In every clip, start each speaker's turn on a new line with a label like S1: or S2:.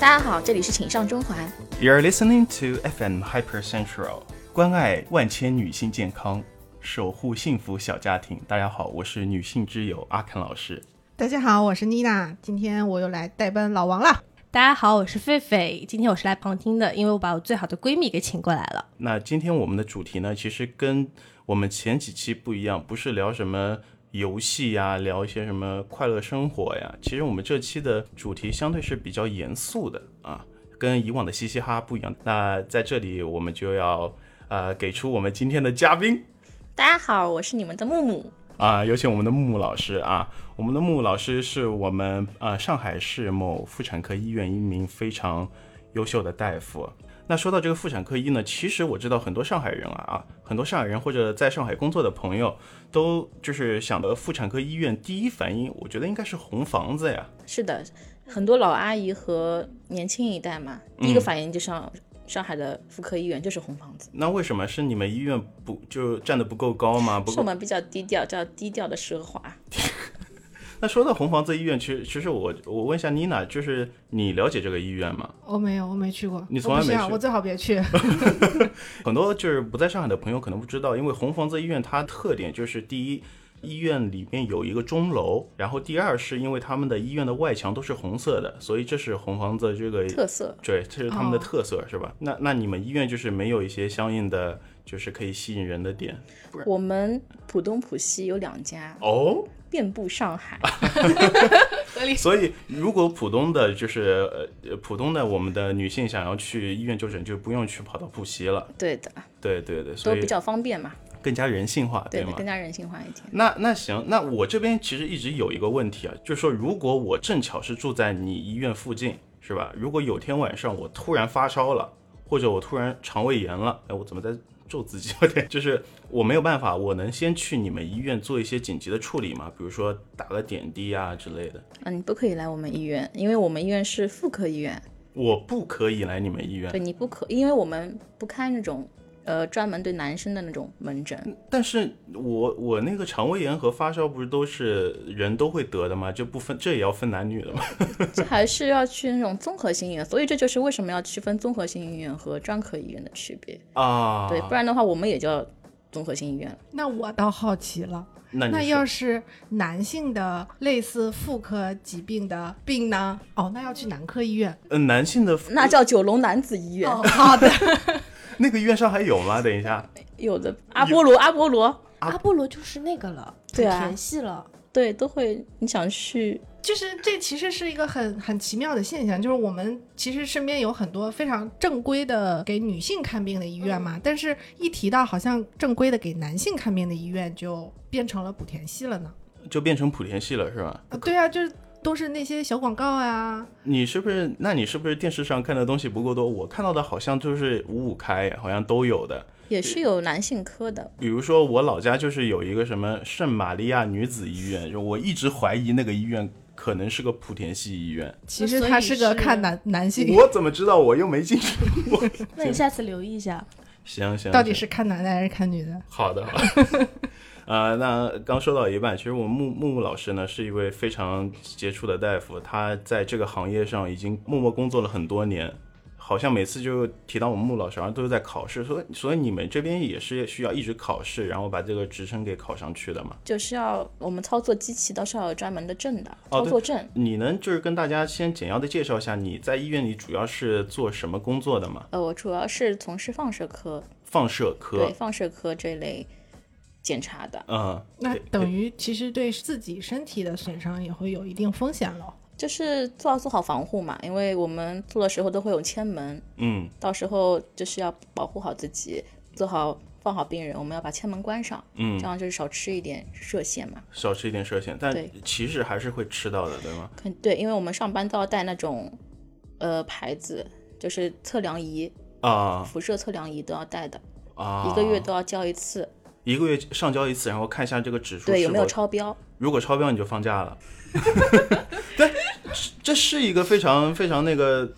S1: 大家好，这里是请上中环，
S2: You're listening to FM Hyper Central，关爱万千女性健康，守护幸福小家庭。大家好，我是女性之友阿肯老师。
S3: 大家好，我是妮娜，今天我又来代班老王了。
S4: 大家好，我是狒狒，今天我是来旁听的，因为我把我最好的闺蜜给请过来了。
S2: 那今天我们的主题呢，其实跟我们前几期不一样，不是聊什么游戏呀，聊一些什么快乐生活呀。其实我们这期的主题相对是比较严肃的啊，跟以往的嘻嘻哈哈不一样。那在这里，我们就要呃给出我们今天的嘉宾
S1: 大家好，我是你们的木木。
S2: 啊，有请我们的木木老师啊。我们的木木老师是我们呃上海市某妇产科医院一名非常优秀的大夫。那说到这个妇产科医呢，其实我知道很多上海人啊啊，很多上海人或者在上海工作的朋友，都就是想到妇产科医院，第一反应我觉得应该是红房子呀。
S1: 是的，很多老阿姨和年轻一代嘛，
S2: 嗯
S1: 第一个反应就上上海的妇科医院就是红房子，
S2: 那为什么是你们医院不就站得不够高吗？不
S1: 是我
S2: 够。
S1: 们比较低调，叫低调的奢华。
S2: 那说到红房子医院，其实其实我我问一下妮娜，就是你了解这个医院吗？
S3: 我没有，我没去过，
S2: 你从来没
S3: 我不想
S2: 去
S3: 我最好别去。
S2: 很多就是不在上海的朋友可能不知道，因为红房子医院它特点就是第一。医院里面有一个钟楼，然后第二是因为他们的医院的外墙都是红色的，所以这是红房子这个
S1: 特色
S2: 对，这是他们的
S3: 哦
S2: 特色，是吧？那那你们医院就是没有一些相应的，就是可以吸引人的点
S1: 我们浦东浦西有两家，
S2: 哦。
S1: 遍布上海。
S2: 所以如果普通的就是呃呃普通的我们的女性想要去医院就诊，就不用去跑到浦西了。
S1: 对的，
S2: 对对对，
S1: 都
S2: 所以
S1: 比较方便嘛，
S2: 更加人性化，
S1: 对
S2: 吗
S1: 的，？更加人性化一点。
S2: 那那行，那我这边其实一直有一个问题啊，就是说，如果我正巧是住在你医院附近，是吧？如果有天晚上我突然发烧了，或者我突然肠胃炎了，哎，我怎么在咒自己？有 点，就是我没有办法，我能先去你们医院做一些紧急的处理吗？比如说打个点滴啊之类的。
S1: 啊，你不可以来我们医院，因为我们医院是妇科医院，
S2: 我不可以来你们医院，
S1: 对你不可，因为我们不开那种呃专门对男生的那种门诊，
S2: 但是我我那个肠胃炎和发烧不是都是人都会得的吗？这不分，这也要分男女的吗？
S1: 这还是要去那种综合性医院，所以这就是为什么要区分综合性医院和专科医院的区别。
S2: 啊，
S1: 对，不然的话我们也叫综合性医院了。
S3: 那我倒好奇了，
S2: 那哎你
S3: 那
S2: 说
S3: 要是男性的类似妇科疾病的病呢？哦，那要去男科医院。
S2: 呃男性的
S1: 那叫九龙男子医院，
S3: 哦，好的。
S2: 那个医院上还有吗？等一下，
S1: 有的阿波罗，阿波罗，
S4: 阿波罗就是那个了，
S1: 对啊
S4: 很甜系了。
S1: 对，都会你想去，
S3: 就是这其实是一个很很奇妙的现象，就是我们其实身边有很多非常正规的给女性看病的医院
S2: 嗯
S3: 嘛，但是一提到好像正规的给男性看病的医院就变成了莆田系了呢。
S2: 就变成莆田系了，是吧？
S3: 啊对啊，就是都是那些小广告啊，
S2: 你是不是？那你是不是电视上看的东西不够多？我看到的好像就是五五开，好像都有的。
S1: 也是有男性科的，
S2: 比如说我老家就是有一个什么圣玛利亚女子医院，就我一直怀疑那个医院可能是个莆田系医院。
S3: 其实它是个看男男性
S2: 我怎么知道？我又没进去过。
S4: 那你下次留意一下。
S2: 行行，
S3: 到底
S2: 行
S3: 是看男的还是看女的。
S2: 好的，好的呃，那刚说到一半，其实我们木木木老师呢是一位非常杰出的大夫，他在这个行业上已经默默工作了很多年，好像每次就提到我们木老师，好像都是在考试，所以所以你们这边也是需要一直考试，然后把这个职称给考上去的嘛？
S1: 就是要我们操作机器都是要有专门的证的，操
S2: 哦
S1: 作证。
S2: 你能就是跟大家先简要的介绍一下你在医院里主要是做什么工作的吗？
S1: 呃，我主要是从事放射科，
S2: 放射科
S1: 对，放射科这类检查的，
S2: 嗯，
S3: 那
S2: 对
S3: 等于其实对自己身体的损伤也会有一定风险喽。
S1: 就是做要做好防护嘛，因为我们做的时候都会有签门，
S2: 嗯，
S1: 到时候就是要保护好自己，做好放好病人，我们要把签门关上，嗯，这样就是少吃一点射线嘛。
S2: 少吃一点射线，但
S1: 对
S2: 其实还是会吃到的，对吗？
S1: 肯对，因为我们上班都要带那种呃牌子，就是测量仪、
S2: 啊
S1: 辐射测量仪都要带的，
S2: 啊，
S1: 一个月都要交一次，
S2: 一个月上交一次，然后看一下这个指数
S1: 对，
S2: 是
S1: 有没有
S2: 否
S1: 超标？
S2: 如果超标你就放 假了。对，这是一个非常非常那个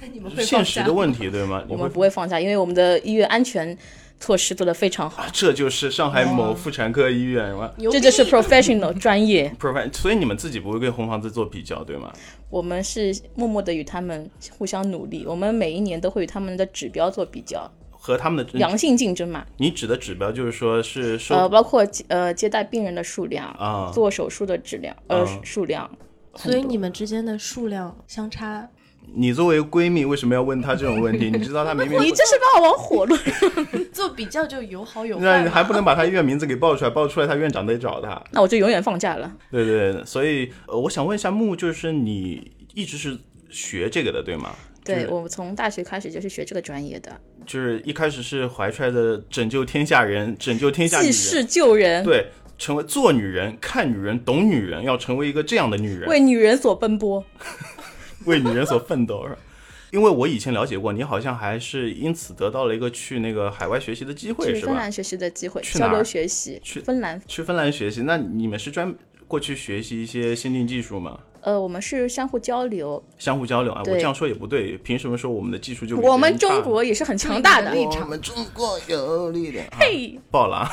S4: 那你们
S2: 现实的问题，对吗？你
S1: 我
S2: 会
S1: 们不会放假，因为我们的医院安全措施做得非常好，
S2: 这就是上海
S4: 嗯
S2: 某妇产科医院嘛。
S1: 这就是 professional 专业。
S2: p r o v i d 所以你们自己不会跟红房子做比较，对吗？
S1: 我们是默默的与他们互相努力，我们每一年都会与他们的指标做比较，
S2: 和他们的，嗯
S1: 良性竞争嘛。
S2: 你指的指标就是说是收
S1: 呃，包括呃接待病人的数量，
S2: 啊
S1: 做手术的质量，呃、
S2: 啊
S1: 数量，
S4: 所以你们之间的数量相差，
S2: 你作为闺蜜为什么要问她这种问题？你知道她明明
S1: 你这是把我往火路上。
S4: 做比较就有好有
S2: 那
S4: 坏
S2: 你
S4: 嘛。
S2: 还不能把她医院名字给报出来，报出来她院长得找她。
S1: 那我就永远放假了。
S2: 对对对，所以呃，我想问一下木，就是你一直是学这个的，对吗？
S1: 对
S2: 就是
S1: 我从大学开始就是学这个专业的，
S2: 就是一开始是怀揣着拯救天下人、拯救天下女
S1: 济
S2: 人，
S1: 世救人，
S2: 对，成为做女人、看女人、懂女人，要成为一个这样的女人，
S1: 为女人所奔波。
S2: 为女人所奋斗。是吧 因为我以前了解过，你好像还是因此得到了一个去那个海外学习的机会，
S1: 去
S2: 是
S1: 芬
S2: 吧？
S1: 兰学习的机会，
S2: 去哪
S1: 交
S2: 儿
S1: 流学习。
S2: 去
S1: 芬兰，
S2: 去芬兰学习，那你们是专过去学习一些先进技术吗？
S1: 呃，我们是相互交流。
S2: 相互交流啊，我
S1: 对
S2: 这样说也不对，凭什么说我们的技术就比别
S1: 我们
S2: 人差
S1: 中
S2: 呢
S1: 国也是很强大的
S3: 立。
S5: 我
S3: 场
S5: 们中国有力量。
S1: 嘿，
S2: 爆了啊！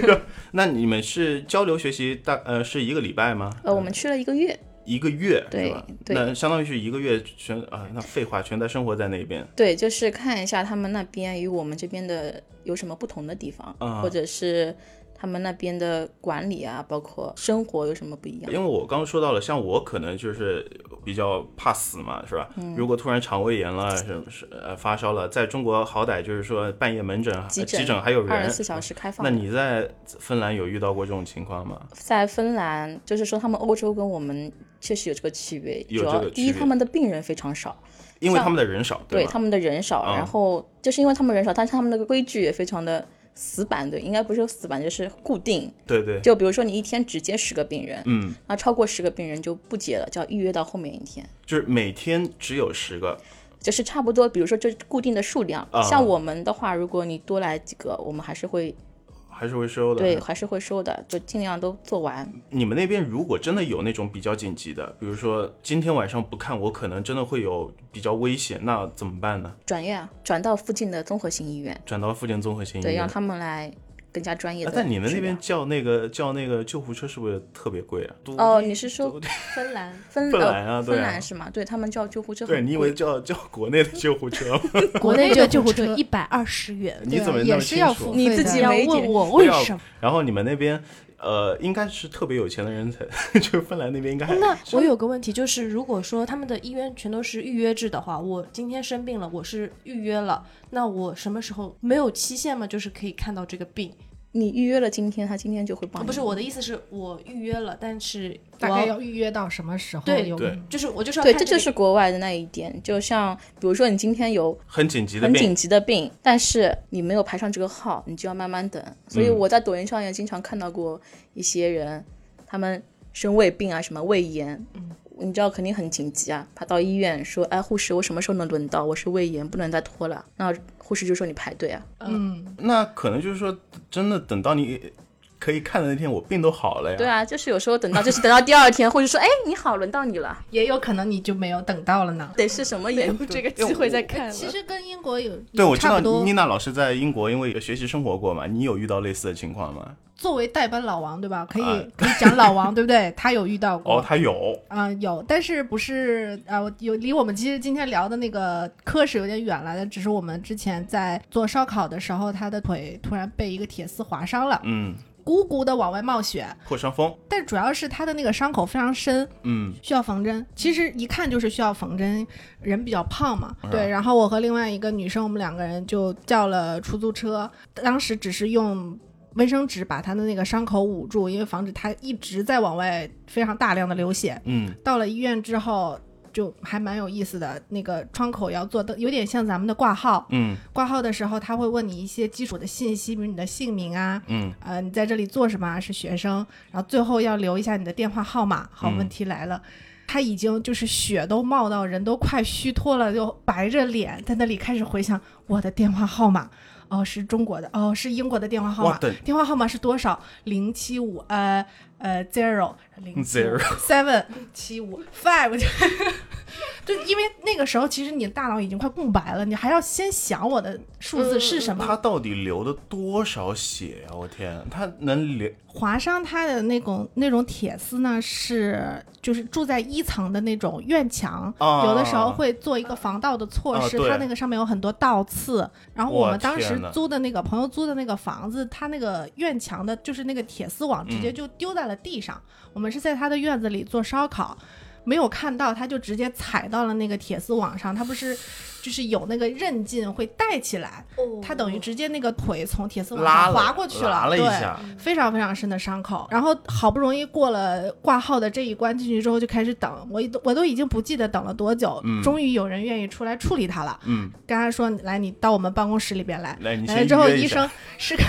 S2: 那你们是交流学习大呃是一个礼拜吗？
S1: 呃，我们去了一个月，
S2: 一个月是
S1: 对
S2: 吧
S1: 对
S2: 那相当于是一个月全啊，那废话全在生活在那边。
S1: 对，就是看一下他们那边与我们这边的有什么不同的地方，
S2: 啊
S1: 或者是他们那边的管理啊，包括生活有什么不一样
S2: 因为。我刚刚说到了，像我可能就是比较怕死嘛，是吧？
S1: 嗯
S2: 如果突然肠胃炎了，是是呃发烧了，在中国好歹就是说半夜门诊、呃
S1: 急
S2: 急
S1: 诊
S2: 诊还有
S1: 二十
S2: 人。
S1: 四小时开放
S2: 那
S1: 的。
S2: 你在芬兰有遇到过这种情况吗？
S1: 在芬兰，就是说他们欧洲跟我们确实有这个区别，
S2: 有
S1: 主
S2: 这
S1: 要
S2: 个
S1: 第一
S2: 区别
S1: 他们的病人非常少，
S2: 因为
S1: 像
S2: 他们的人少，
S1: 对
S2: 吧？
S1: 他们的人少，
S2: 嗯
S1: 然后就是因为他们人少，但是他们那个规矩也非常的死板的，应该不是死板，就是固定。
S2: 对对，
S1: 就比如说你一天只接十个病人，
S2: 嗯，
S1: 那超过十个病人就不接了，叫预约到后面一天，
S2: 就是每天只有十个，
S1: 就是差不多，比如说这固定的数量。
S2: 啊
S1: 像我们的话，如果你多来几个，我们还是会
S2: 还是会收的。
S1: 对，还是会收的，就尽量都做完。
S2: 你们那边如果真的有那种比较紧急的，比如说今天晚上不看，我可能真的会有比较危险，那怎么办呢？
S1: 转院啊，转到附近的综合性医院，
S2: 转到附近综合性医
S1: 对，
S2: 院。
S1: 让他们来更加专业
S2: 啊
S1: 的、、
S2: 在你们那边？叫那个叫那个救护车是不是特别贵啊？都
S1: 哦，你是说
S2: 都
S4: 芬兰
S1: 芬
S2: 芬兰啊
S1: 呃
S2: 对啊
S1: 芬兰是吗？对他们叫救护车很
S2: 对，
S1: 贵，
S2: 你以为叫叫国内的救护车吗？
S4: 国内
S3: 的
S4: 的
S3: 救
S4: 救
S3: 护
S4: 护
S3: 车
S4: 车一百二十元，
S2: 你
S3: 对啊
S2: 怎么那
S3: 也
S2: 么
S3: 是
S2: 清
S3: 要付
S2: 楚？
S3: 费
S1: 你
S3: 的
S1: 自己
S4: 你要
S1: 没
S4: 问
S1: 点
S4: 我
S2: 不
S4: 为
S2: 要
S4: 什么？
S2: 然后你们那边呃，应该是特别有钱的人才， 就芬兰那边应该
S1: 哦
S2: 还
S4: 那我有个问题，就是如果说他们的医院全都是预约制的话，我今天生病了，我是预约了，那我什么时候没有期限吗？就是可以看到这个病？
S1: 你预约了今天，他今天就会帮
S4: 啊
S1: 你。
S4: 不是我的意思是我预约了，但是我
S3: 大概要预约到什么时候
S4: 对
S3: 有？
S2: 对
S4: 就是我就是要
S1: 对，
S4: 看
S1: 这
S4: 个
S1: 就是国外的那一点。就像比如说，你今天有
S2: 很紧急的
S1: 很
S2: 病
S1: 紧，急的病，但是你没有排上这个号，你就要慢慢等。所以我在抖音上也经常看到过一些人，他们生胃病啊，什么胃炎，你知道肯定很紧急啊，他到医院说，哎，护士，我什么时候能轮到？我是胃炎，不能再拖了。那护士就说你排队啊，
S3: 嗯，
S2: 那可能就是说真的等到你可以看的那天，我病都好了呀。
S1: 对啊，就是有时候等到就是等到第二天，护士说，哎，你好，轮到你了，
S3: 也有可能你就没有等到了呢。
S1: 得是什么炎？
S4: 这个机会再看了。
S3: 其实跟英国有
S2: 对，我知
S3: 差
S2: 道
S3: 不多
S2: 妮。娜老师在英国因为学习生活过嘛，你有遇到类似的情况吗？
S3: 作为代班老王，对吧？可以、
S2: 啊
S3: 可以讲老王，对不对？他有遇到过。
S2: 哦，他有，
S3: 啊、有，但是不是啊、我有离我们其实今天聊的那个科室有点远了，但只是我们之前在做烧烤的时候，他的腿突然被一个铁丝划伤了，
S2: 嗯，
S3: 咕咕的往外冒血，
S2: 破伤风，
S3: 但主要是他的那个伤口非常深，
S2: 嗯，
S3: 需要缝针。其实一看就是需要缝针，人比较胖嘛
S2: 嗯。
S3: 对，然后我和另外一个女生，我们两个人就叫了出租车，当时只是用。卫生纸把他的那个伤口捂住，因为防止他一直在往外非常大量的流血。
S2: 嗯，
S3: 到了医院之后，就还蛮有意思的。那个窗口要做的有点像咱们的挂号，
S2: 嗯，
S3: 挂号的时候他会问你一些基础的信息，比如你的姓名啊，
S2: 嗯，
S3: 呃，你在这里做什么啊？是学生，然后最后要留一下你的电话号码。好，
S2: 嗯
S3: 问题来了。他已经就是血都冒到人都快虚脱了，就白着脸在那里开始回想我的电话号码，哦，是中国的，哦，是英国的电话号
S2: 哇
S3: 码，
S2: 等
S3: 电话号码是多少？零七五呃呃 zero 零
S2: Zero
S3: seven 七五 five，就因为那个时候，其实你的大脑已经快空白了，你还要先想我的数字是什么。
S2: 他到底流了多少血啊呀、我天，他能流
S3: 华商它的那种那种铁丝呢，是就是住在一层的那种院墙，
S2: 啊
S3: 有的时候会做一个防盗的措施，
S2: 啊对
S3: 它那个上面有很多倒刺。然后我
S2: 我
S3: 们当时
S2: 天哪
S3: 租的那个朋友租的那个房子，它那个院墙的就是那个铁丝网，
S2: 嗯
S3: 直接就丢在了地上。我们是在他的院子里做烧烤。没有看到，他就直接踩到了那个铁丝网上。他不是，就是有那个韧劲会带起来，
S4: 哦
S3: 他等于直接那个腿从铁丝网
S2: 哦拉
S3: 上
S2: 了
S3: 滑过去
S2: 拉了一
S3: 对，
S2: 下，
S3: 非常非常深的伤口。然后好不容易过了挂号的这一关，进去之后就开始等，我一我都已经不记得等了多久，终于有人愿意出来处理他了。
S2: 嗯，
S3: 跟他说：“来，你到我们办公室里边来。”
S2: 来你
S3: 来了
S2: 先
S3: 之后，
S2: 预约一
S3: 医
S2: 下
S3: 生是个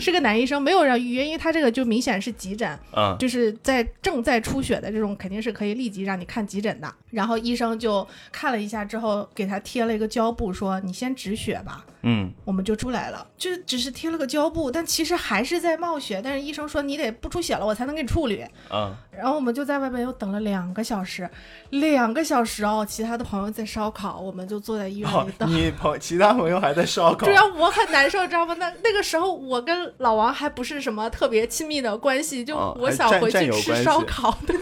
S3: 是个男医生，没有让预约，因为他这个就明显是急诊，
S2: 嗯，
S3: 就是在正在出血的这种，肯定是可以立即让你看急诊的。然后医生就看了一下之后，给他贴了一个胶布，说：“你先止血吧。”
S2: 嗯，
S3: 我们就出来了，就只是贴了个胶布，但其实还是在冒血。但是医生说你得不出血了，我才能给你处理。
S2: 嗯，
S3: 然后我们就在外边又等了两个小时，两个小时哦，其他的朋友在烧烤，我们就坐在医院
S2: 哦
S3: 里， 等。
S2: 你朋其他朋友还在烧烤
S3: 主，要我很难受，知道吗？那那个时候我跟老王还不是什么特别亲密的关系，就
S2: 哦
S3: 我
S2: 还
S3: 想
S2: 战
S3: 回
S2: 战
S3: 去
S2: 友关
S3: 吃
S2: 系
S3: 烧烤， 对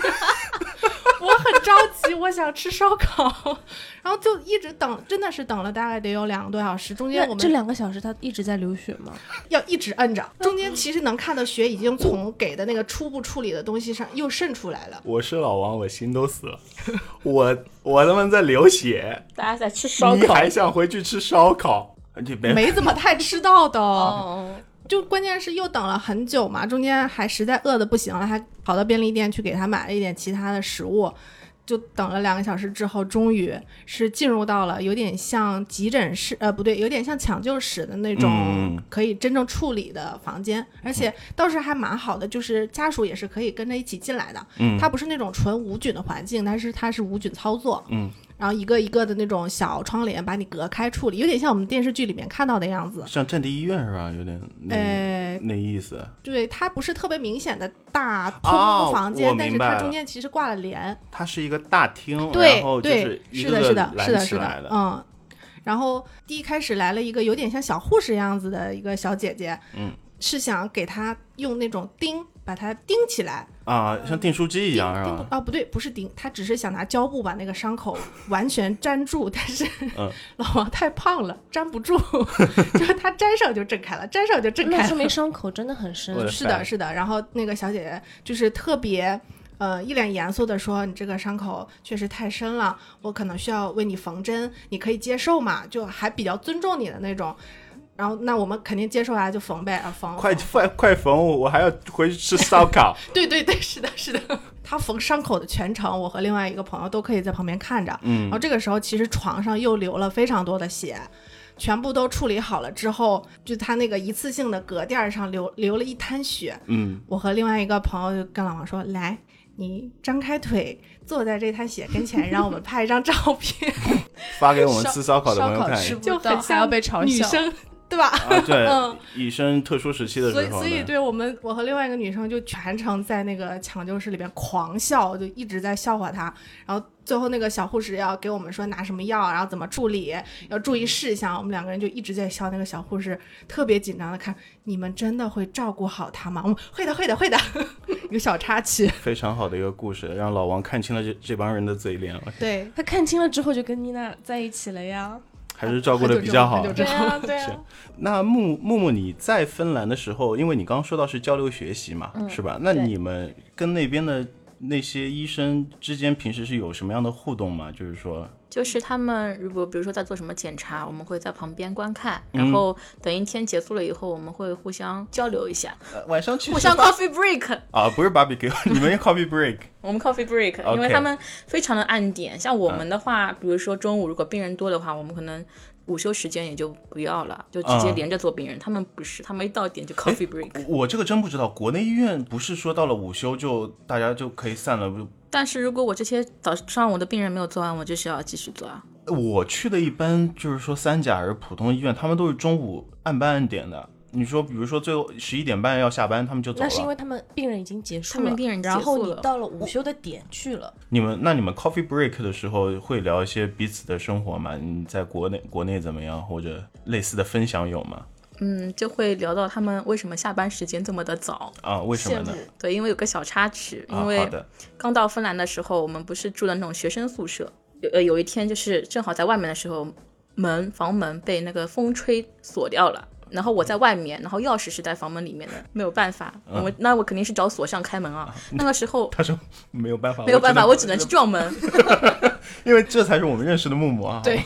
S3: 我很着急，我想吃烧烤， 然后就一直等，真的是等了大概得有两个多小时，中间我
S4: 那
S3: 们
S4: 这两个小时他一直在流血 吗？
S3: 要一直摁着，
S1: 嗯
S3: 中间其实能看到血已经从给的那个初步处理的东西上又渗出来了。
S2: 我是老王，我心都死了，我我他妈在流血，
S1: 大家在吃烧
S2: 你
S1: 烤，
S2: 还想回去吃烧烤？你别
S3: 没怎么太吃到的，
S1: 嗯哦，
S3: 就关键是又等了很久嘛，中间还实在饿的不行了，还跑到便利店去给他买了一点其他的食物，就等了两个小时之后，终于是进入到了有点像急诊室，呃，不对，有点像抢救室的那种
S2: 嗯
S3: 可以真正处理的房间，而且倒是还蛮好的，就是家属也是可以跟着一起进来的，
S2: 嗯
S3: 它不是那种纯无菌的环境，但是它是无菌操作，
S2: 嗯，
S3: 然后一个一个的那种小窗帘把你隔开处理，有点像我们电视剧里面看到的样子，
S2: 像战地医院是吧？有点那、
S3: 呃，
S2: 那意思。
S3: 对，它不是特别明显的大通
S2: 哦
S3: 风房间，
S2: 我
S3: 但是
S2: 明白
S3: 它
S2: 了
S3: 中间其实挂了帘，
S2: 它是一个大厅，
S3: 对
S2: 然后就
S3: 对，
S2: 一
S3: 是
S2: 个
S3: 的，
S2: 个
S3: 是的，
S2: 拦
S3: 是的，
S2: 起
S3: 是
S2: 来
S3: 的
S2: 的，，
S3: 嗯。然后第一开始来了一个有点像小护士样子的一个小姐姐，
S2: 嗯，
S3: 是想给她用那种钉把它钉起来，
S2: 啊，像订书机一样是
S3: 钉不
S2: 吧？
S3: 啊不对，不是钉，她只是想拿胶布把那个伤口完全粘住，但是、
S2: 嗯
S3: 老王太胖了，粘不住， 就是她粘上就挣开了，粘上就挣开
S4: 那
S3: 了，
S4: 说明伤口真的很深
S2: 我。的
S3: 是的，
S2: 塞
S3: 是的。然后那个小姐姐就是特别，呃，一脸严肃的说：“你这个伤口确实太深了，我可能需要为你缝针，你可以接受嘛？”就还比较尊重你的那种。然后那我们肯定接受啊，就缝呗，啊缝。
S2: 快
S3: 缝
S2: 快快缝我！我还要回去吃烧烤。
S3: 对对对，是的，是的。她缝伤口的全程，我和另外一个朋友都可以在旁边看着。
S2: 嗯
S3: 然后这个时候，其实床上又流了非常多的血，全部都处理好了之后，就她那个一次性的隔垫儿上流流了一滩血。
S2: 嗯，
S3: 我和另外一个朋友就跟老王说：“来，你张开腿，坐在这滩血跟前，让我们拍一张照片，
S2: 发给我们吃烧烤的朋友看。
S4: 吃不
S3: 就
S4: 到，
S3: 很
S4: 还
S3: 像
S4: 要被嘲
S3: 女
S4: 笑。
S3: 生，对吧？”
S2: 啊，对
S3: 嗯，
S2: 以身特殊时期的时
S3: 所
S2: 候
S3: 以，
S2: 呢，
S3: 所以对我们，我和另外一个女生就全程在那个抢救室里边狂笑，就一直在笑话她。然后最后那个小护士要给我们说拿什么药，然后怎么处理，要注意事项。我们两个人就一直在笑那个小护士，特别紧张的看你们真的会照顾好她吗？我们会的，会的，会 的。一个小插曲，
S2: 非常好的一个故事，让老王看清了这这帮人的嘴脸，
S3: 对，
S4: 他看清了之后就跟妮娜在一起了呀。
S2: 还是 照顾的比较好啊
S3: 他。就这
S4: 对
S3: 样
S4: 呀，对啊
S2: 是
S4: 呀。
S2: 那木木木，你在芬兰的时候，因为你刚刚说到是交流学习嘛，
S4: 嗯
S2: 是吧？那
S1: 对
S2: 你们跟那边的那些医生之间平时是有什么样的互动吗？就是说，
S1: 就是他们如果比如说在做什么检查，我们会在旁边观看，
S2: 嗯
S1: 然后等一天结束了以后，我们会互相交流一下，
S2: 呃晚上去
S1: 互相
S2: 吃饭
S1: coffee break。
S2: 啊，不是 barbecue，你 们 coffee break
S1: 我们 coffee break，、
S2: OK 嗯
S1: 因为他们非常的按点。像我们的话，比如说中午如果病人多的话，我们可能午休时间也就不要了，就直接
S2: 嗯
S1: 连着做病人。他们不是，他们一到点就 coffee break。
S2: 我这个真不知道，国内医院不是说到了午休就大家就可以散了？不
S1: 但是如果我这些早上我的病人没有做完，我就是要继续做啊。
S2: 呃我去的一般就是说三甲还是普通医院，他们都是中午按班按点的。你说，比如说最后十一点半要下班，他们就走
S4: 那是因
S2: 了。
S4: 为他们病人已经结
S1: 他
S4: 束了，
S1: 们病人结束
S4: 然后你
S1: 了
S4: 到了午休的点去了，
S2: 你们那你们 coffee break 的时候会聊一些彼此的生活吗？你在国内国内怎么样，或者类似的分享有吗？
S1: 嗯，就会聊到他们为什么下班时间这么的早。
S2: 啊，为什么呢？
S1: 对，因为有个小插曲，
S2: 啊，
S1: 因
S2: 好
S1: 为
S2: 的，
S1: 刚到芬兰的时候，我们不是住的那种学生宿舍，有呃有一天就是正好在外面的时候，门房门被那个风吹锁掉了。然后我在外面，然后钥匙是在房门里面的，没有办法，
S2: 嗯
S1: 我那我肯定是找锁匠开门 啊。那个时候
S2: 他说没有办法，
S1: 没有办法，我只
S2: 能
S1: 能去撞 门，
S2: 因为这才是我们认识的木木啊。 对，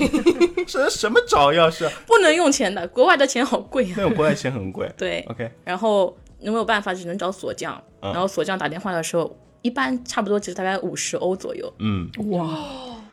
S2: 什什么找钥匙啊？
S1: 不能用钱的，国外的钱好贵 啊。
S2: 那种国外钱很贵。
S1: 对，
S2: OK，
S1: 然后没有办法，只能找锁匠。
S2: 嗯
S1: 然后锁匠打电话的时候，一般差不多只是大概五十欧左右，
S2: 嗯，
S3: 哇，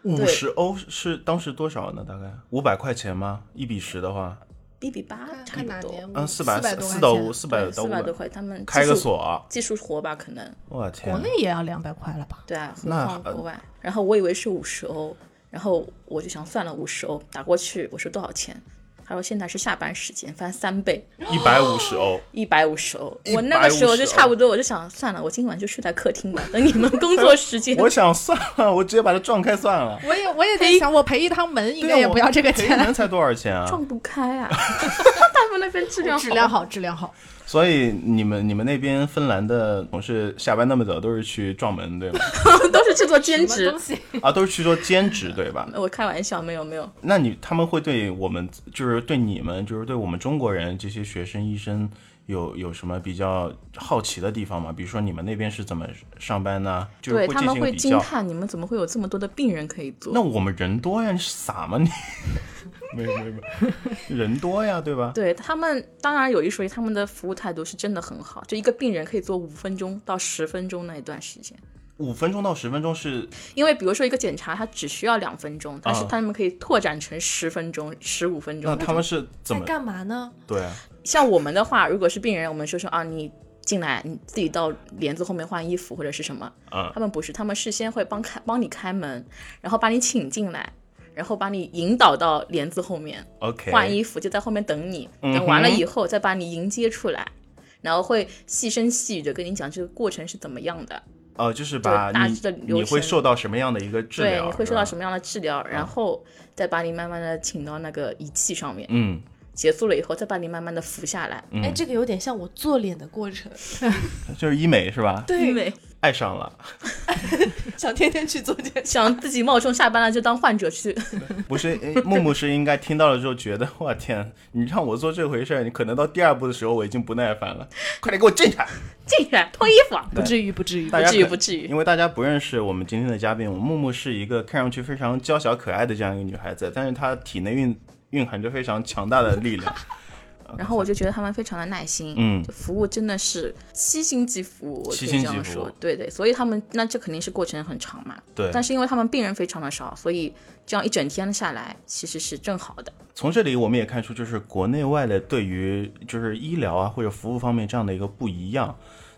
S2: 五十欧是当时多少呢？大概五百块钱吗？一比十的话，
S1: 比比八差
S3: 看
S1: 不
S3: 哪
S1: 多，
S3: 年？
S2: 嗯，
S3: 四
S2: 百
S3: 百多
S2: 四
S3: 块
S2: 到
S3: 钱
S2: 五，四百到
S1: 四
S2: 五
S1: 百多
S2: 百，
S1: 块，他们
S2: 开
S1: 技
S2: 个
S1: 术
S2: 锁，
S1: 技术活吧，可能
S2: 我天啊
S3: 国，内也要两百块了 吧？
S1: 对啊，何
S2: 那
S1: 况
S2: 呃
S1: 国外。然后我以为是五十欧，然后我就想算了，五十欧打过去，我说多少钱？他说现在是下班时间，翻三倍，
S2: 一百五十欧。
S1: 一百五十欧。
S2: 150
S1: 我那个时候就
S2: 欧。
S1: 差不多，我就想算了，我今晚就睡在客厅吧，等你们工作时间
S2: 我想算了，我直接把它撞开算了。
S3: 我也我也在想，我赔一趟门应
S2: 对
S3: 该
S2: 啊
S3: 也不要这个
S2: 我赔
S3: 钱
S2: 人才多少钱啊？
S1: 撞不开 啊！他们那边质量好，
S3: 质量好，质量好，
S2: 所以你们你们那边芬兰的同事下班那么早都是去撞门对吗？
S1: 都是去做兼
S3: 什么
S1: 职
S3: 东。西？
S2: 啊，都是去做兼职对吧？
S1: 我开玩笑，没有没有，
S2: 那你他们会对我们，就是对你们，就是对我们中国人这些学生医生有有什么比较好奇的地方吗？比如说你们那边是怎么上班呢？就
S1: 对
S2: 是进
S1: 他
S2: 行
S1: 们
S2: 一个
S1: 会
S2: 比
S1: 惊
S2: 较。
S1: 叹你们怎么会有这么多的病人可以做
S2: 那。我们人多呀，你是傻吗你？没有没有没有，人多呀，对吧？
S1: 对他们，当然有一说一，他们的服务态度是真的很好，就一个病人可以做五分钟到十分钟那一段时间。
S2: 五分钟到十分钟是
S1: 因为比如说一个检查，它只需要两分钟，但是
S2: 啊
S1: 他们可以拓展成十分钟、十五分
S2: 那
S1: 钟。
S2: 他们是怎
S4: 在
S2: 么
S4: 干嘛呢？
S2: 对啊？
S1: 像我们的话，如果是病人，我们说说啊，你进来，你自己到帘子后面换衣服或者是什么。
S2: 嗯
S1: 他们不是，他们事先会帮开帮你开门，然后把你请进来，然后把你引导到帘子后面。
S2: ？OK，
S1: 换衣服，就在后面等你，
S2: 嗯
S1: 等完了
S2: 哼
S1: 以后再把你迎接出来，然后会细声细语的跟你讲这个过程是怎么样的，
S2: 哦、就是把
S1: 就大
S2: 你
S1: 致的流
S2: 你会
S1: 程
S2: 受到什么样的一个治
S1: 对，
S2: 疗？嗯
S1: 你会受到什
S2: 么？
S1: 么样的治疗，然后再把你慢慢的请到那个仪器上面，
S2: 嗯，
S1: 结束了以后再把你慢慢的扶下来。
S4: 哎，这个有点像我做脸的过程，
S2: 就是医美是吧？
S1: 因
S4: 对，
S1: 为
S2: 爱上了，
S4: 想天天去做这件事。
S1: 想自己冒充下班了就当患者去，
S2: 不是，哎木木是应该听到了之后觉得，我天，你让我做这回事儿，你可能到第二步的时候我已经不耐烦了，快点给我进去！
S1: 进来脱衣服啊，
S3: 不至于，不至于。
S2: 大家
S1: 至于
S2: 可
S1: 不至于
S2: 因为大家不认识我们今天的嘉宾，我们木木是一个看上去非常娇小可爱的这样一个女孩子，但是她体内蕴蕴含着非常强大的力量。
S1: 然后我就觉得他们非常的耐心，
S2: 嗯
S1: 就服务真的是七星级服务，我可
S2: 七
S1: 以
S2: 星
S1: 这
S2: 级
S1: 样
S2: 服务
S1: 说，对对，所以他们那这肯定是过程很长嘛，
S2: 对，
S1: 但是因为他们病人非常的少，所以这样一整天下来其实是正好的。
S2: 从这里我们也看出，就是国内外的对于就是医疗啊或者服务方面这样的一个不一样。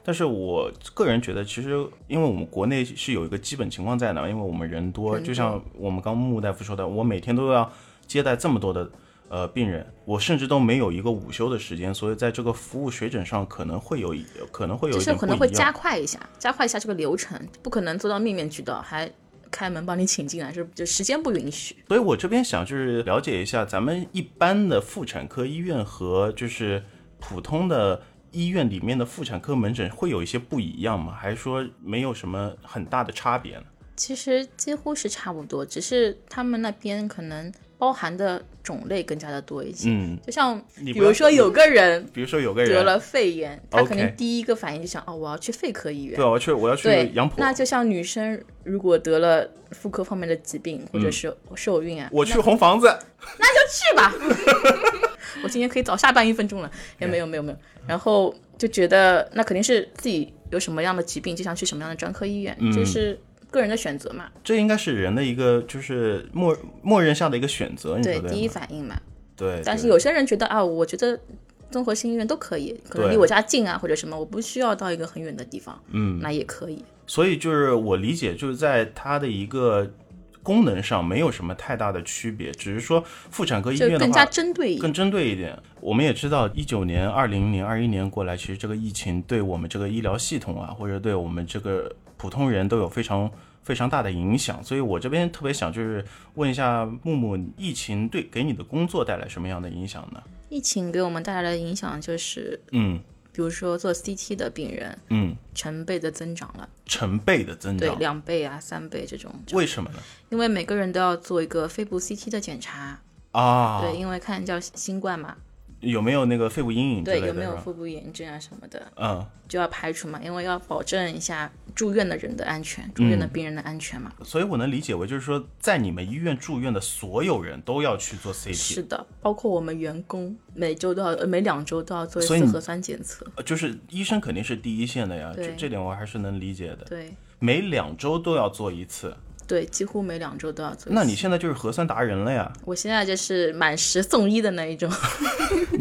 S2: 但是我个人觉得，其实因为我们国内是有一个基本情况在的，因为我们人多，
S1: 人多
S2: 就像我们刚木大夫说的，我每天都要接待这么多的呃病人，我甚至都没有一个午休的时间，所以在这个服务水准上可能会有一可能会有
S1: 就
S2: 一
S1: 是
S2: 点
S1: 可
S2: 不
S1: 能会
S2: 一
S1: 加
S2: 样。
S1: 快一下，加快一下这个流程，不可能做到面面俱到，还开门帮你请进来，是就时间不允许。
S2: 所以我这边想就是了解一下，咱们一般的妇产科医院和就是普通的医院里面的妇产科门诊会有一些不一样吗？还是说没有什么很大的差别呢？
S1: 其实几乎是差不多，只是他们那边可能包含的种类更加的多一些。
S2: 嗯，
S1: 就像
S2: 你
S1: 比
S2: 不要
S1: 如说有个人
S2: 比如说有个
S1: 得
S2: 人，
S1: 了肺炎，他
S2: OK
S1: 肯定第一个反应就想哦，我要去肺科医院
S2: 对，。哎我要去我要去
S1: 对
S2: 杨浦，，
S1: 那就像女生如果得了妇科方面的疾病
S2: 嗯
S1: 或者是受孕啊，
S2: 我去红房子，
S1: 去吧。我今天可以早下班一分钟了，也没有没有没有。然后就觉得那肯定是自己有什么样的疾病，就想去什么样的专科医院，
S2: 嗯
S1: 这是个人的选择嘛。
S2: 这应该是人的一个就是默默认嗯下的一个选择，你
S1: 对
S2: 说，对
S1: 第一
S2: 吗？
S1: 反应嘛。
S2: 对，
S1: 但是
S2: 对
S1: 有些人觉得啊，我觉得综合性医院都可以，可能
S2: 对
S1: 离我家近啊，或者什么，我不需要到一个很远的地方，嗯，那也可以。
S2: 所以就是我理解，就是在他的一个功能上没有什么太大的区别，只是说妇产科医
S1: 就
S2: 院的话
S1: 更加针对一
S2: 更
S1: 点。
S2: 针对一点。我们也知道，一九年、二零年、二一年过来，其实这个疫情对我们这个医疗系统啊，或者对我们这个普通人都有非常非常大的影响。所以我这边特别想就是问一下木木，疫情对给你的工作带来什么样的影响呢？
S1: 疫情给我们带来的影响就是，
S2: 嗯
S1: 比如说做 CT 的病人
S2: 嗯，
S1: 成倍的增长了，
S2: 成倍的增
S1: 对
S2: 长，，
S1: 两倍啊、三倍这种。
S2: 为什么呢？
S1: 因为每个人都要做一个肺部 CT 的检查，
S2: 啊，
S1: 对，因为看叫新冠嘛，
S2: 有没有那个肺部阴影之类
S1: 对，
S2: 的？
S1: 有没有
S2: 是吧
S1: 腹部炎症啊什么的，
S2: 嗯，
S1: 就要排除嘛，因为要保证一下住院的人的安全，住
S2: 嗯
S1: 院的病人的安全嘛。
S2: 所以我能理解为就是说，在你们医院住院的所有人都要去做 CT，
S1: 是的，包括我们员工每周都要，呃每两周都要做一
S2: 所以
S1: 次
S2: 你
S1: 核酸检测。
S2: 呃就是医生肯定是第一线的呀，
S1: 对
S2: 这这点我还是能理解的。
S1: 对
S2: 每两周都要做一次，
S1: 对，几乎每两周都要做一次。
S2: 那你现在就是核酸达人了呀？
S1: 我现在就是满十送一的那一种，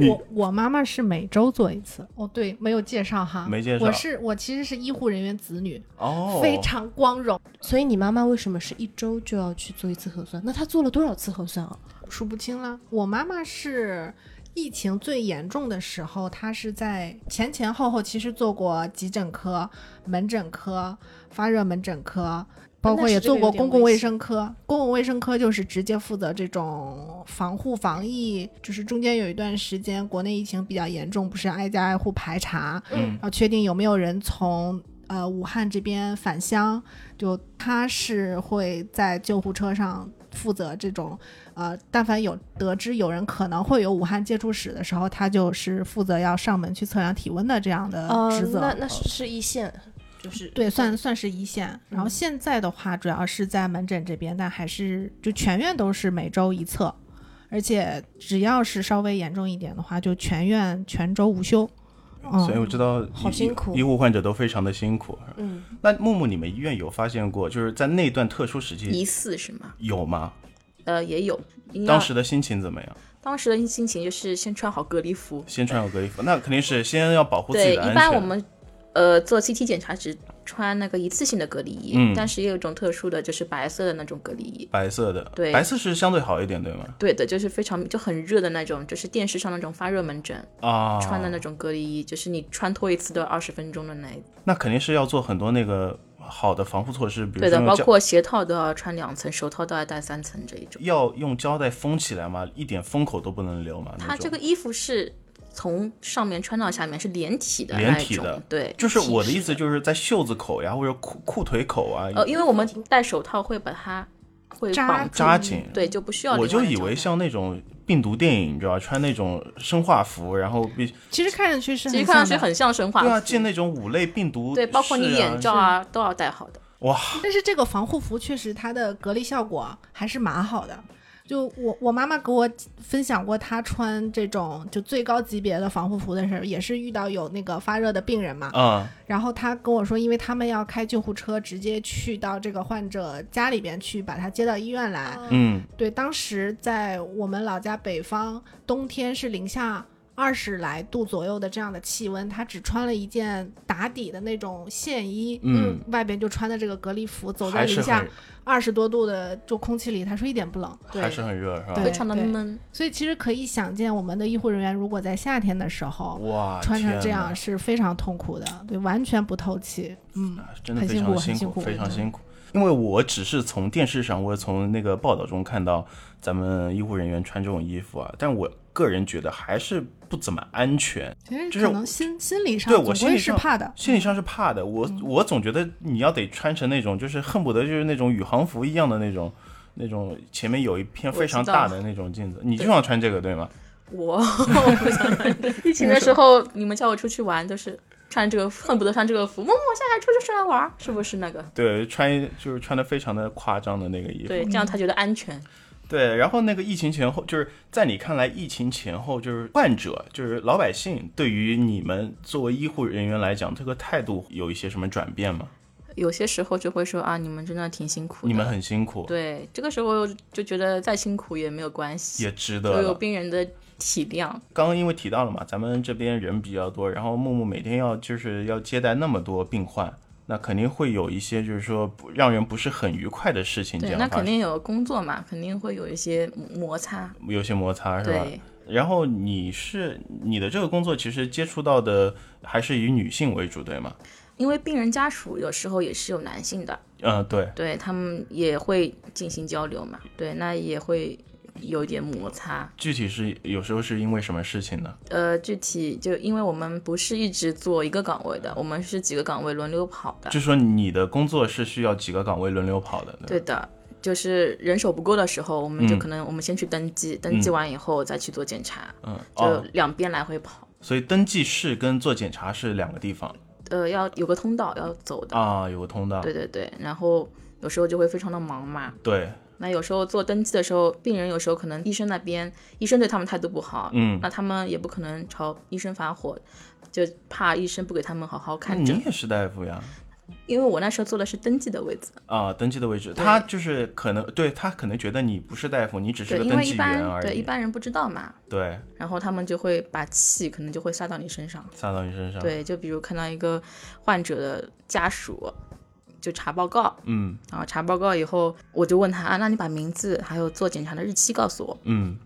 S3: 我我妈妈是每周做一次。哦，对，没有介绍哈，
S2: 没介绍
S3: 我是我其实是医护人员子女，
S2: 哦，
S3: 非常光荣。
S4: 所以你妈妈为什么是一周就要去做一次核酸？那她做了多少次核酸啊？
S3: 数不清了。我妈妈是疫情最严重的时候，她是在前前后后其实做过急诊科、门诊科、发热门诊科，包括也做过公共卫生科。公共卫生科就是直接负责这种防护防疫，就是中间有一段时间国内疫情比较严重，不是挨家挨户排查，
S2: 嗯
S3: 然后确定有没有人从呃武汉这边返乡，就他是会在救护车上负责这种呃，但凡有得知有人可能会有武汉接触史的时候，他就是负责要上门去测量体温的这样的
S4: 呃
S1: 嗯
S3: 职责。
S4: 那那是是一线，就是
S3: 对，算算是一线。
S1: 嗯
S3: 然后现在的话，主要是在门诊这边，但还是就全院都是每周一测，而且只要是稍微严重一点的话，就全院全周无休。嗯，
S2: 所以我知道医，
S4: 好辛苦
S2: 医护患者都非常的辛苦。
S4: 嗯，
S2: 那木木，你们医院有发现过，就是在那段特殊时期
S1: 疑似是吗？
S2: 有吗？
S1: 呃，也有。你要
S2: 当时的心情怎么样？
S1: 当时的心情就是先穿好隔离服，
S2: 先穿好隔离服，那肯定是先要保护自
S1: 对，
S2: 己的安
S1: 一
S2: 全。
S1: 般我们呃做 CT 检查只穿那个一次性的隔离衣，
S2: 嗯
S1: 但是也有一种特殊的，就是白色的那种隔离衣。
S2: 白色的，
S1: 对
S2: 白色是相对好一点，对吗？
S1: 对的，就是非常就很热的那种，就是电视上那种发热门诊、
S2: 啊，
S1: 穿的那种隔离衣，就是你穿脱一次都要二十分钟的那一
S2: 那肯定是要做很多那个好的防护措施，比如
S1: 对
S2: 说
S1: 的，
S2: 用
S1: 包
S2: 胶
S1: 括鞋套都要穿两层，手套都要戴三层这一种。
S2: 要用胶带封起来嘛，一点风口都不能留嘛。那
S1: 它
S2: 种
S1: 这个衣服是从上面穿到下面是连体的
S2: 连
S1: 那一
S2: 体
S1: 种，
S2: 的
S1: 对，
S2: 就是我的
S1: 体
S2: 意思，
S1: 式
S2: 就是在袖子口呀，或者裤裤腿口啊，
S1: 呃，因为我们戴手套会把它会
S3: 扎
S1: 绑住，
S2: 扎紧。
S1: 对，就不需要。
S2: 我就以为。像那种病毒电影，你知道吧，穿那种生化服，然后必
S3: 其实看上去是
S1: 其实看
S3: 像
S1: 上去
S3: 的
S1: 很像生化服，
S2: 对啊，进那种五类病毒室啊，
S1: 对包括你眼罩啊都要戴好的。
S2: 哇，
S3: 但是这个防护服确实它的隔离效果还是蛮好的。就我我妈妈给我分享过，她穿这种就最高级别的防护服的时候，也是遇到有那个发热的病人嘛。
S2: 嗯，
S3: 然后她跟我说，因为他们要开救护车，直接去到这个患者家里边去，把他接到医院来。
S2: 嗯，
S3: 对，当时在我们老家北方，冬天是零下二十来度左右的这样的气温，她只穿了一件打底的那种线衣，
S2: 嗯，
S3: 外边就穿的这个隔离服，走在
S2: 还是
S3: 零下
S2: 很
S3: 二十多度的就空气里，她说一点不冷。
S2: 还是很热是吧？
S1: 非
S3: 对
S1: 常的
S3: 对
S1: 闷，
S3: 所以其实可以想见，我们的医护人员如果在夏天的时候
S2: 哇，
S3: 穿成
S2: 天
S3: 这
S2: 哪
S3: 样是非常痛苦的，对，完全不透气。嗯，
S2: 啊真的
S3: 很
S2: 非
S3: 辛
S2: 常
S3: 苦
S2: 辛
S3: 很辛
S2: 苦，
S3: 苦
S2: 非常
S3: 嗯
S2: 辛苦。因为我只是从电视上或者从那个报道中看到咱们医护人员穿这种衣服啊，但我个人觉得还是不怎么安全。
S3: 其实
S2: 就是
S3: 可能心心理上
S2: 对
S3: 总
S2: 我心理
S3: 归是
S2: 上
S3: 怕的。
S2: 心理上是怕的，我我总觉得你要得穿成那种，就是恨不得就是那种宇航服一样的那种，那种前面有一片
S1: 我
S2: 非常
S1: 知
S2: 大
S1: 道
S2: 的那种镜子，你就想穿这个对吗？
S1: 我我不想穿这个。疫情的时候，你们叫我出去玩都是穿这个，恨不得穿这个服。默默下来出去出来玩儿，是不是那个？
S2: 对，穿就是穿的非常的夸张的那个衣服。
S1: 对，这样才觉得安全。
S2: 对，然后那个疫情前后，就是在你看来，疫情前后就是患者，就是老百姓，对于你们作为医护人员来讲，这个态度有一些什么转变吗？
S1: 有些时候就会说啊，你们真的挺辛苦的。
S2: 你们很辛苦，
S1: 对，这个时候就觉得再辛苦也没有关系，
S2: 也值
S1: 都
S2: 得
S1: 有
S2: 了。
S1: 病人的体谅。
S2: 刚刚因为提到了嘛，咱们这边人比较多，然后木木每天要就是要接待那么多病患，那肯定会有一些就是说不让人不是很愉快的事情这
S1: 对，
S2: 样
S1: 那
S2: 发
S1: 肯
S2: 生，
S1: 定有工作嘛，肯定会有一些摩擦。
S2: 有些摩擦是吧？
S1: 对，
S2: 然后你是你的这个工作其实接触到的还是以女性为主对吗？
S1: 因为病人家属有时候也是有男性的，
S2: 嗯、对，
S1: 对他们也会进行交流嘛，对，那也会有一点摩擦。
S2: 具体是有时候是因为什么事情呢？
S1: 呃，具体就因为我们不是一直做一个岗位的，我们是几个岗位轮流跑的
S2: 就。说你的工作是需要几个岗位轮流跑的，
S1: 对
S2: 吧？
S1: 的，就是人手不够的时候，我们就
S2: 嗯
S1: 可能我们先去登记，登记
S2: 嗯
S1: 完以后再去做检查，
S2: 嗯，
S1: 就
S2: 哦，
S1: 两边来回跑。
S2: 所以登记室跟做检查是两个地方
S1: 呃，要有个通道要走的。
S2: 啊，有个通道，
S1: 对对对，然后有时候就会非常的忙嘛。
S2: 对，
S1: 那有时候做登记的时候，病人有时候可能医生那边医生对他们态度不好，
S2: 嗯
S1: 那他们也不可能朝医生发火，就怕医生不给他们好好
S2: 那
S1: 看
S2: 你
S1: 诊。
S2: 也是大夫呀。
S1: 因为我那时候坐的是登记的位置，
S2: 啊，登记的位置，他就是可能对他可能觉得你不是大夫，你只是
S1: 对，
S2: 个
S1: 因
S2: 登
S1: 为一
S2: 记员
S1: 般
S2: 而
S1: 对一
S2: 已。
S1: 般人不知道嘛，
S2: 对，
S1: 然后他们就会把气可能就会撒到你身上。
S2: 撒到你身上。，
S1: 对，就比如看到一个患者的家属，就查报告，
S2: 嗯
S1: 然后查报告以后，我就问他啊，那你把名字还有做检查的日期告诉我。
S2: 嗯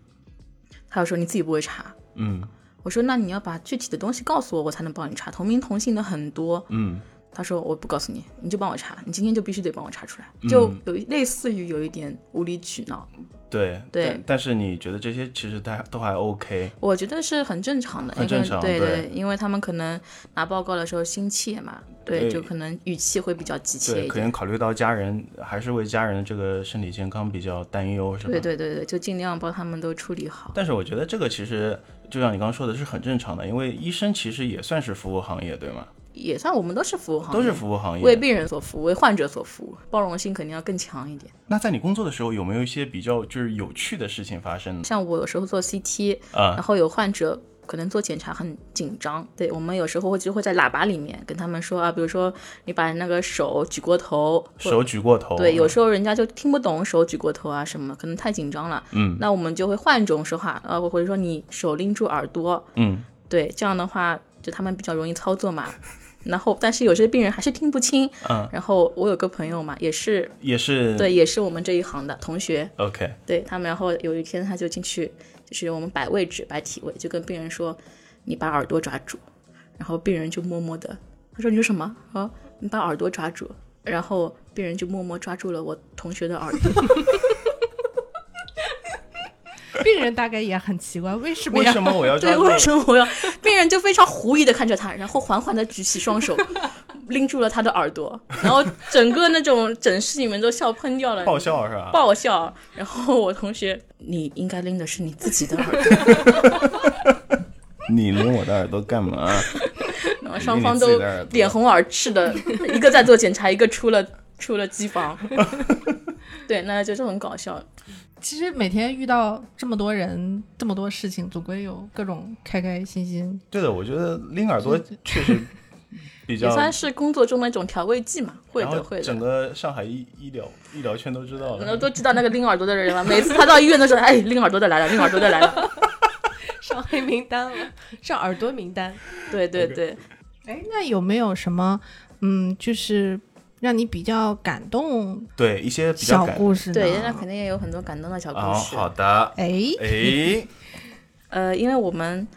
S1: 他就说你自己不会查。
S2: 嗯
S1: 我说那你要把具体的东西告诉我，我才能帮你查。同名同姓的很多。
S2: 嗯，
S1: 他说我不告诉你，你就帮我查，你今天就必须得帮我查出
S2: 嗯
S1: 来，就有一类似于有一点无理取闹，
S2: 对
S1: 对
S2: 但但是你觉得这些其实他都还 OK，
S1: 我觉得是很正常的，
S2: 很正常
S1: 因为对
S2: 对
S1: 对，因为他们可能拿报告的时候心切嘛，对，
S2: 对
S1: 就可能语气会比较急切
S2: 对，
S1: 一
S2: 可
S1: 点。
S2: 能考虑到家人还是为家人的这个身体健康比较担忧，是吧？
S1: 对对对对，就尽量帮他们都处理好。
S2: 但是我觉得这个其实就像你刚刚说的，是很正常的，因为医生其实也算是服务行业，对吗？
S1: 也算我们都是服务行业，
S2: 都是服务行业。
S1: 为病人所服务，为患者所服务，包容性肯定要更强一点。
S2: 那在你工作的时候，有没有一些比较就是有趣的事情发生呢？
S1: 像我有时候做 CT，、
S2: 啊
S1: 然后有患者可能做检查很紧张，对我们有时候会就会在喇叭里面跟他们说啊，比如说你把那个手举过头，或
S2: 手举过头。
S1: 对，有
S2: 嗯
S1: 时候人家就听不懂手举过头啊什么，可能太紧张了。嗯，那我们就会换一种说话，呃，或者说你手拎住耳朵，
S2: 嗯，
S1: 对，这样的话就他们比较容易操作嘛。然后，但是有些病人还是听不清。
S2: 嗯，
S1: 然后我有个朋友嘛，也是
S2: 也是
S1: 对，也是我们这一行的同学，
S2: OK，
S1: 对他们。然后有一天他就进去，就是我们摆位置、摆体位，就跟病人说：“你把耳朵抓住。”然后病人就默默的，他说：“你说什么？”啊，你把耳朵抓住。然后病人就默默抓住了我同学的耳朵。
S3: 病人大概也很奇怪，为什么
S2: 为
S3: 要
S2: 什么我要抓
S1: 对，
S2: 住？
S1: 为什么我要？病人就非常狐疑的看着他，然后缓缓的举起双手，拎住了他的耳朵，然后整个那种诊室里面都笑喷掉了，
S2: 爆笑是吧？
S1: 爆笑。然后我同学，你应该拎的是你自己的耳朵，
S2: 你拎我的耳朵 干嘛？
S1: 然 后双方都
S2: 拎你自己的耳朵
S1: 脸红耳赤的，一个在做检查，一个出了 出了机房。 对，那就是很搞笑。
S3: 其实每天遇到这么多人，这么多事情，总归有各种开开心心。
S2: 对的，我觉得拎耳朵确实比
S1: 也
S2: 较。
S1: 算是工作中的一种调味剂嘛，会
S2: 然后
S1: 的，会
S2: 整
S1: 的。
S2: 个上海医医疗医疗圈都知道
S1: 你们
S2: 了。
S1: 都知道那个拎耳朵的人了，每次他到医院的时候， 哎，拎耳朵的来了，拎耳朵的来了。
S4: 上黑名单了，上耳朵名单。
S1: 对对对，
S3: 哎，那有没有什么，嗯，就是让你比较感动
S2: 对一些比较
S3: 小
S2: 感
S3: 故事呢？
S1: 对，那肯定也有很多感动的小故
S2: 哦，
S1: 事。啊
S2: 好的，
S3: 哎，
S2: 哎，
S1: 呃，因为我们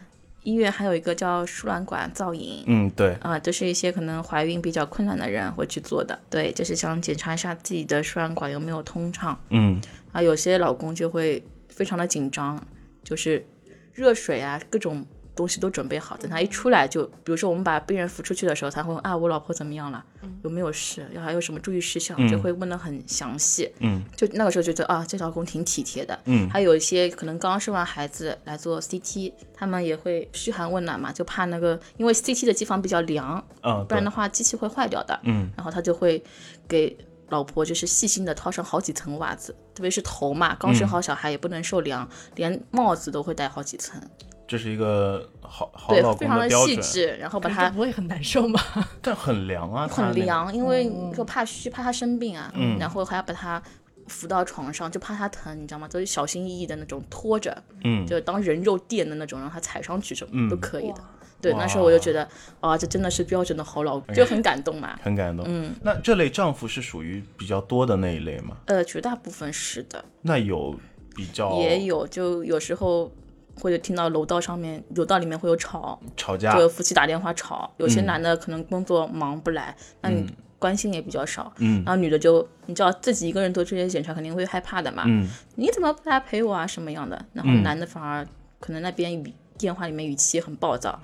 S1: 医院还有一个叫输卵管造影。
S2: 嗯，对，
S1: 啊、都是一些可能怀孕比较困难的人会去做的，对，就是想检查一下自己的输卵管有没有通畅
S2: 嗯，
S1: 啊。有些老公就会非常的紧张，就是热水啊，各种东西都准备好，等他一出来就，比如说我们把病人扶出去的时候，他会问啊，我老婆怎么样了，有没有事，要还有什么注意事项，就会问的很详细。
S2: 嗯，
S1: 就那个时候觉得啊，这老公挺体贴的。
S2: 嗯
S1: 还有一些可能刚生完孩子来做 CT，他们也会嘘寒问暖嘛，就怕那个，因为 CT 的机房比较凉，
S2: 嗯，
S1: 不然
S2: 对
S1: 的，话机器会坏掉的。
S2: 嗯，
S1: 然后他就会给老婆就是细心的套上好几层袜子，特别是头嘛，刚
S2: 嗯
S1: 生好小孩也不能受凉，连帽子都会戴好几层，
S2: 这是一个好好
S1: 对
S2: 哦老，
S1: 非
S2: 公
S1: 常
S2: 的
S1: 的
S2: 标
S1: 细
S2: 准，
S1: 致，然后把
S3: 可是
S1: 它
S3: 这不会很难受吗？
S2: 但很凉啊，它
S1: 很
S2: 那个，
S1: 凉，因为就怕虚，怕他生病啊，
S2: 嗯
S1: 然后还要把他扶到床上，就怕他疼，你知道吗？都是小心翼翼的那种拖着，
S2: 嗯
S1: 就当人肉垫的那种，让他踩上去什么、都可以的。对，
S2: 哇哎
S1: 那时候我就觉得，啊，这真的是标准的好老公，就很感动嘛。
S2: 很感动。
S1: 嗯，
S2: 那这类丈夫是属于比较多的那一类吗？
S1: 呃，绝大部分是的，
S2: 那有比较
S1: 也有，就有时候会听到楼道上面、楼道里面会有吵，
S2: 吵架
S1: 就夫妻打电话吵。有些
S2: 啊嗯
S1: 男的可能工作忙不来，那你关心也比较少，
S2: 嗯
S1: 然后女的就你知道自己一个人做这些检查肯定会害怕的嘛，
S2: 嗯
S1: 你怎么不来陪我啊什么样的？然后
S2: 嗯
S1: 男的反而可能那边语电话里面语气很暴躁，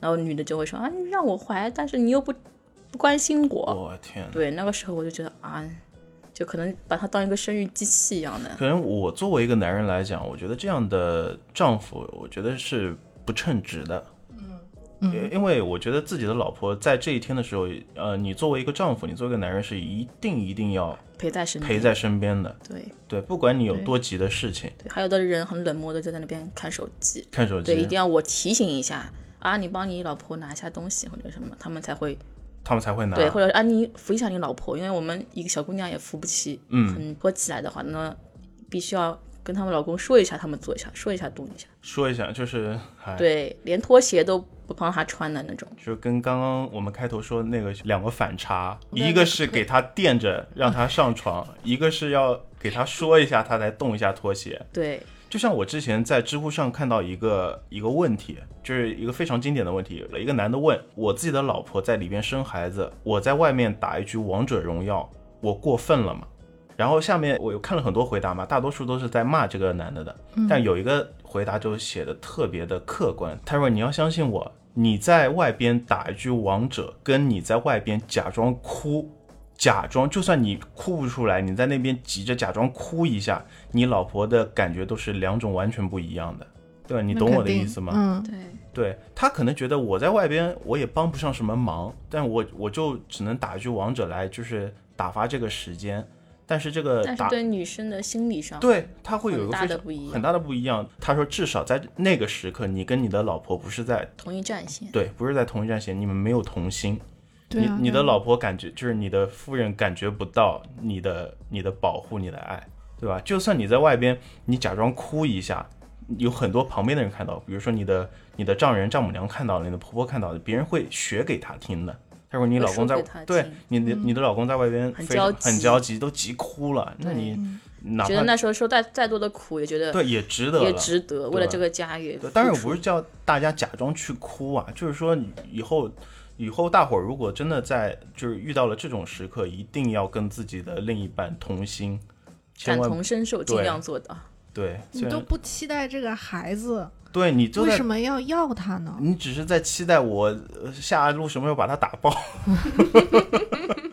S1: 然后女的就会说啊你让我怀，但是你又不不关心我，
S2: 我天哪！
S1: 对，那个时候我就觉得啊，就可能把他当一个生育机器一样的。
S2: 可能我作为一个男人来讲，我觉得这样的丈夫，我觉得是不称职的。嗯因为我觉得自己的老婆在这一天的时候，呃，你作为一个丈夫，你作为一个男人，是一定一定要
S1: 陪在身边，
S2: 陪在身边的。
S1: 对
S2: 对，不管你有
S1: 嗯对
S2: 多急的事情，
S1: 对，还有的人很冷漠的就在那边看手机，
S2: 看手
S1: 对，一
S2: 机，
S1: 定要我提醒一下啊，你帮你老婆拿一下东西或者什么，他们才会
S2: 他们才会拿。
S1: 对，或者啊你扶一下你老婆，因为我们一个小姑娘也扶不起，
S2: 嗯
S1: 很多起来的话，那必须要跟他们老公说一下，他们做一下，说一下动一下，
S2: 说一下，就是，哎，
S1: 对，连拖鞋都不帮她穿的那种，
S2: 就跟刚刚我们开头说的那个两个反差，
S4: 对
S2: 一个是给他垫着让他上 床，一个是要给他说一下，他才动一下拖鞋。
S1: 对，
S2: 就像我之前在知乎上看到一个一个问题，就是一个非常经典的问题，一个男的问我自己的老婆在里边生孩子，我在外面打一局王者荣耀，我过分了吗？然后下面我有看了很多回答嘛，大多数都是在骂这个男的的，
S3: 嗯
S2: 但有一个回答就写的特别的客观，他说你要相信我，你在外边打一局王者，跟你在外边假装哭。假装，就算你哭不出来，你在那边急着假装哭一下，你老婆的感觉都是两种完全不一样的，对 吧？你
S3: 那
S2: 懂我
S3: 肯
S2: 的意
S3: 定
S2: 思吗？
S3: 嗯，
S1: 对，
S2: 对他可能觉得我在外边我也帮不上什么忙，但我我就只能打一局王者来，就是打发这个时间。但是这个
S1: 但是
S2: 呃打
S1: 对女生的心理上，
S2: 对他会有一
S1: 很
S2: 个
S1: 大
S2: 非
S1: 的
S2: 常
S1: 不一样
S2: 很大的不一样。他说至少在那个时刻，你跟你的老婆不是在
S1: 同一战线，
S2: 对不是在同一战线，你们没有同心。
S3: 对啊，
S2: 你你的老婆感觉就是你的夫人感觉不到你的你的保护你的爱，对吧？就算你在外边，你假装哭一下，有很多旁边的人看到，比如说你的你的丈人丈母娘看到了，你的婆婆看到了，别人会学给她听的。他说你老公在
S1: 会说给她
S2: 对
S1: 听嗯
S2: 你的你的老公在外边
S1: 很
S2: 非常
S1: 焦急
S2: 很焦急，都急哭了，那你哪
S1: 觉得那
S2: 怕
S1: 时候受再再多的苦，也觉得
S2: 对也值得了，
S1: 也值得，为了这个家也
S2: 对，当然我
S1: 付
S2: 不是叫大家假装去哭啊，就是说你以后以后大伙儿如果真的在就是遇到了这种时刻，一定要跟自己的另一半同心，
S1: 出感
S2: 千万
S1: 同身受，尽
S2: 对
S1: 量做到。
S2: 对，
S3: 你
S2: 虽
S3: 都
S2: 然
S3: 不期待这个孩子，
S2: 对你就
S3: 为
S2: 在
S3: 什么要要他呢？
S2: 你只是在期待我呃下路什么时候把他打爆，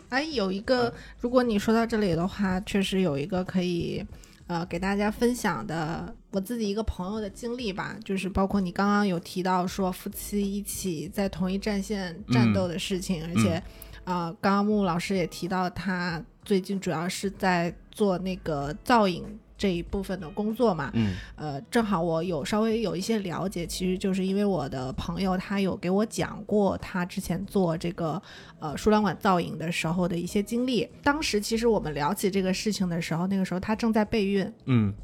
S3: 哎，有一个，如果你说到这里的话，确实有一个可以，呃，给大家分享的我自己一个朋友的经历吧，就是包括你刚刚有提到说夫妻一起在同一战线战斗的事情，而且，呃，刚刚木老师也提到他最近主要是在做那个造影。这一部分的工作嘛，
S2: 嗯
S3: 呃，正好我有稍微有一些了解，其实就是因为我的朋友他有给我讲过他之前做这个呃输卵管造影的时候的一些经历。当时其实我们聊起这个事情的时候，那个时候他正在备孕，
S2: 嗯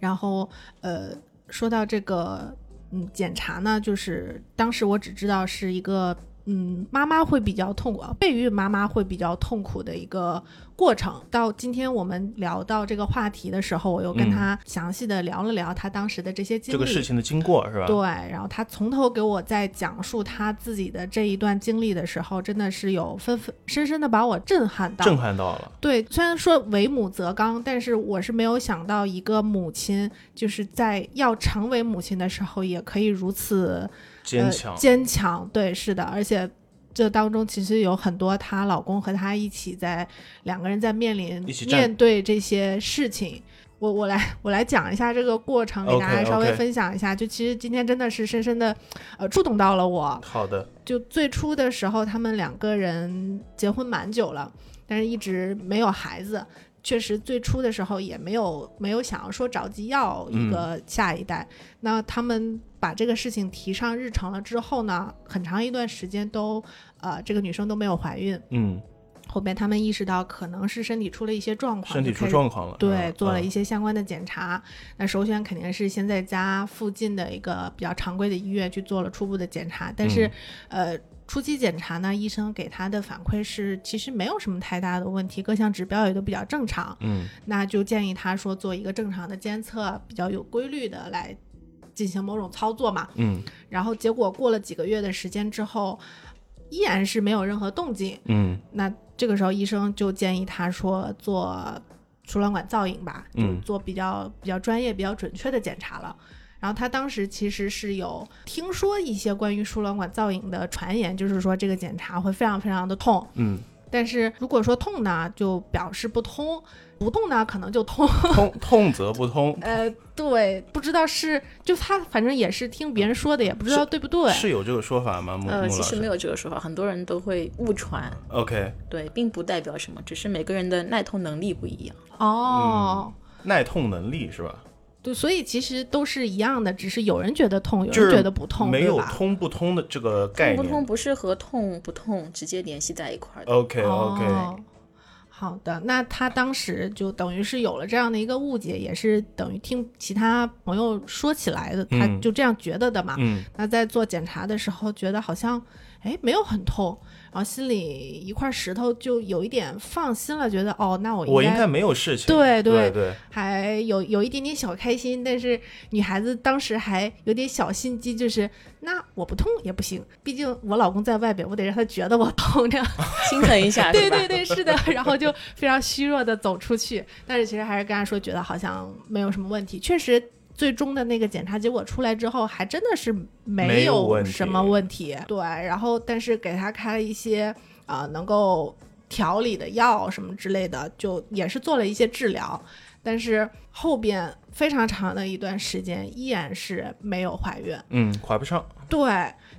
S3: 然后呃，说到这个嗯检查呢，就是当时我只知道是一个嗯妈妈会比较痛苦，啊备孕妈妈会比较痛苦的一个过程。到今天我们聊到这个话题的时候，我又跟
S2: 嗯
S3: 他详细的聊了聊他当时的这些经
S2: 这
S3: 历。
S2: 个事情啊的经过是吧？
S3: 对，然后他从头给我在讲述他自己的这一段经历的时候，真的是有纷纷深深的把我震撼到。
S2: 震撼到了，
S3: 对，虽然说为母则刚，但是我是没有想到一个母亲就是在要成为母亲的时候，也可以如此
S2: 坚强
S3: 呃、，坚强。对，是的，而且这当中其实有很多她老公和她一起在两个人在面临
S2: 一起站
S3: 面对这些事情。我我来我来讲一下这个过程，给大家
S2: OK，OK
S3: 稍微分享一下。就其实今天真的是深深的，呃，触动到了我。
S2: 好的，
S3: 就最初的时候，他们两个人结婚蛮久了，但是一直没有孩子。确实，最初的时候也没有没有想要说着急要
S2: 嗯
S3: 一个下一代。那他们把这个事情提上日程了之后呢，很长一段时间都呃，这个女生都没有怀孕。
S2: 嗯
S3: 后边他们意识到可能是身体出了一些状况，
S2: 身体
S3: 就开
S2: 出
S3: 始
S2: 状况了，嗯
S3: 对，做了一
S2: 些
S3: 些相关的检查。那首选肯定是先在家附近的一个比较常规的医院去做了初步的检查，但是，呃，初期检查呢，医生给他的反馈是，其实没有什么太大的问题，各项指标也都比较正常。
S2: 嗯，
S3: 那就建议他说做一个正常的监测，比较有规律的来进行某种操作嘛。
S2: 嗯
S3: 然后结果过了几个月的时间之后，依然是没有任何动静。
S2: 嗯
S3: 那这个时候医生就建议他说做输卵管造影吧，就
S2: 嗯
S3: 做比较比较专业、比较准确的检查了。然后他当时其实是有听说一些关于输卵管造影的传言，就是说这个检查会非常非常的痛，
S2: 嗯，
S3: 但是如果说痛呢，就表示不通；不痛呢，可能就通。
S2: 痛痛则不通，
S3: 呃，对，不知道是就他反正也是听别人说的，也不知道对不对。
S2: 是有这个说法吗？穆穆
S1: 呃，
S2: 老
S1: 其实
S2: 师嗯
S1: 没有这个说法，很多人都会误传，
S2: ，OK，
S1: 对，并不代表什么，只是每个人的耐痛能力不一样。
S3: 哦，
S2: 耐痛能力是吧？
S3: 对，所以其实都是一样的，只是有人觉得痛，有
S2: 就
S3: 人
S2: 是
S3: 觉得不痛，
S2: 没
S3: 对
S2: 有
S3: 吧
S2: 通不通的这个概
S1: 痛
S2: 念。
S1: 不痛不是和痛不痛直接联系在一块儿的。
S2: OK OK，、
S3: 哦好的，那他当时就等于是有了这样的一个误解，也是等于听其他朋友说起来的，他
S2: 嗯
S3: 就这样觉得的嘛。
S2: 嗯
S3: 那在做检查的时候，觉得好像哎没有很痛，然后心里一块石头就有一点放心了，觉得哦，那我
S2: 我应
S3: 应
S2: 该没有事情。
S3: 对
S2: 对
S3: 对还有有一点点小开心，但是女孩子当时还有点小心机，就是那我不痛也不行，毕竟我老公在外边，我得让他觉得我痛这样。
S1: 心疼一下，
S3: 对
S1: 是吧
S3: 对对，是的。 然后就非常虚弱的走出去，但是其实还是跟他说，觉得好像没有什么问题。确实，最终的那个检查结果出来之后，还真的是
S2: 没
S3: 没
S2: 有问
S3: 有
S2: 题
S3: 什么问题。对，然后但是给他开了一些啊、呃能够调理的药什么之类的，就也是做了一些治疗，但是后边非常长的一段时间依然是没有怀孕。
S2: 嗯，怀不上。
S3: 对，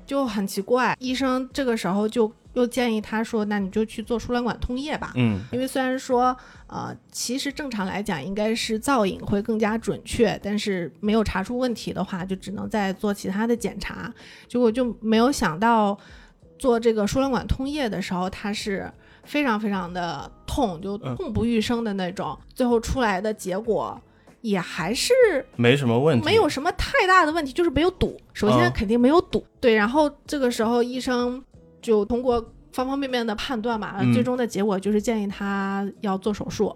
S3: 就很奇怪。医生这个时候就又建议他说：“那你就去做输卵管通液吧。
S2: 嗯
S3: 因为虽然说，呃，其实正常来讲应该是造影会更加准确，但是没有查出问题的话，就只能再做其他的检查。结果就没有想到，做这个输卵管通液的时候，它是非常非常的痛，就
S2: 嗯
S3: 痛不欲生的那种。最后出来的结果也还是
S2: 没什么问题。
S3: 没有什么太大的问题，就是没有堵。首先
S2: 嗯
S3: 肯定没有堵，对。然后这个时候医生就通过方方面面的判断嘛，
S2: 嗯
S3: 最终的结果就是建议他要做手术，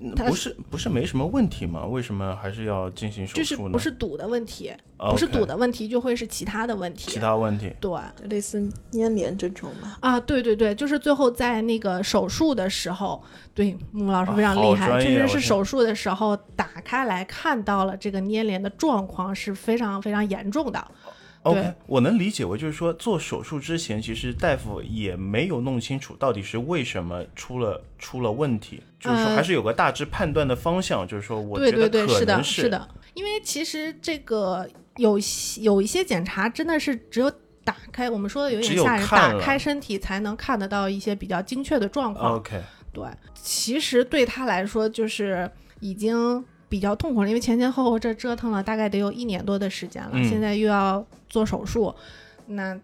S2: 嗯，
S3: 它
S2: 不是不是没什么问题吗？为什么还是要进行手
S3: 就是
S2: 术呢？
S3: 不是堵的问题，
S2: 哦 OK，
S3: 不是堵的问题，就会是其他的问
S2: 其
S3: 题。
S2: 他问题。
S3: 对
S1: 类似粘连这种吧。
S3: 啊，对对对，就是最后在那个手术的时候，对穆老师
S2: 啊
S3: 非常厉
S2: 好
S3: 害，
S2: 专
S3: 确
S2: 业
S3: 实
S2: 我
S3: 是
S2: 天
S3: 手术的时候打开来看到了这个粘连的状况是非常非常严重的。对
S2: OK，我能理解为就是说做手术之前，其实大夫也没有弄清楚到底是为什么出了出了问题，就是说
S3: 呃
S2: 还是有个大致判断的方向，就是说我
S3: 对
S2: 觉
S3: 对
S2: 得
S3: 对，
S2: 可能
S3: 的，是的，因为其实这个有些有一些检查真的是只有打开，我们说的有
S2: 只
S3: 点
S2: 有
S3: 吓人，
S2: 看
S3: 打
S2: 了呃
S3: 开身体才能看得到一些比较精确的状况。
S2: OK，
S3: 对，其实对他来说就是已经比较痛苦了，因为前前后后这折腾了大概得有一年多的时间了，
S2: 嗯
S3: 现在又要做手术，那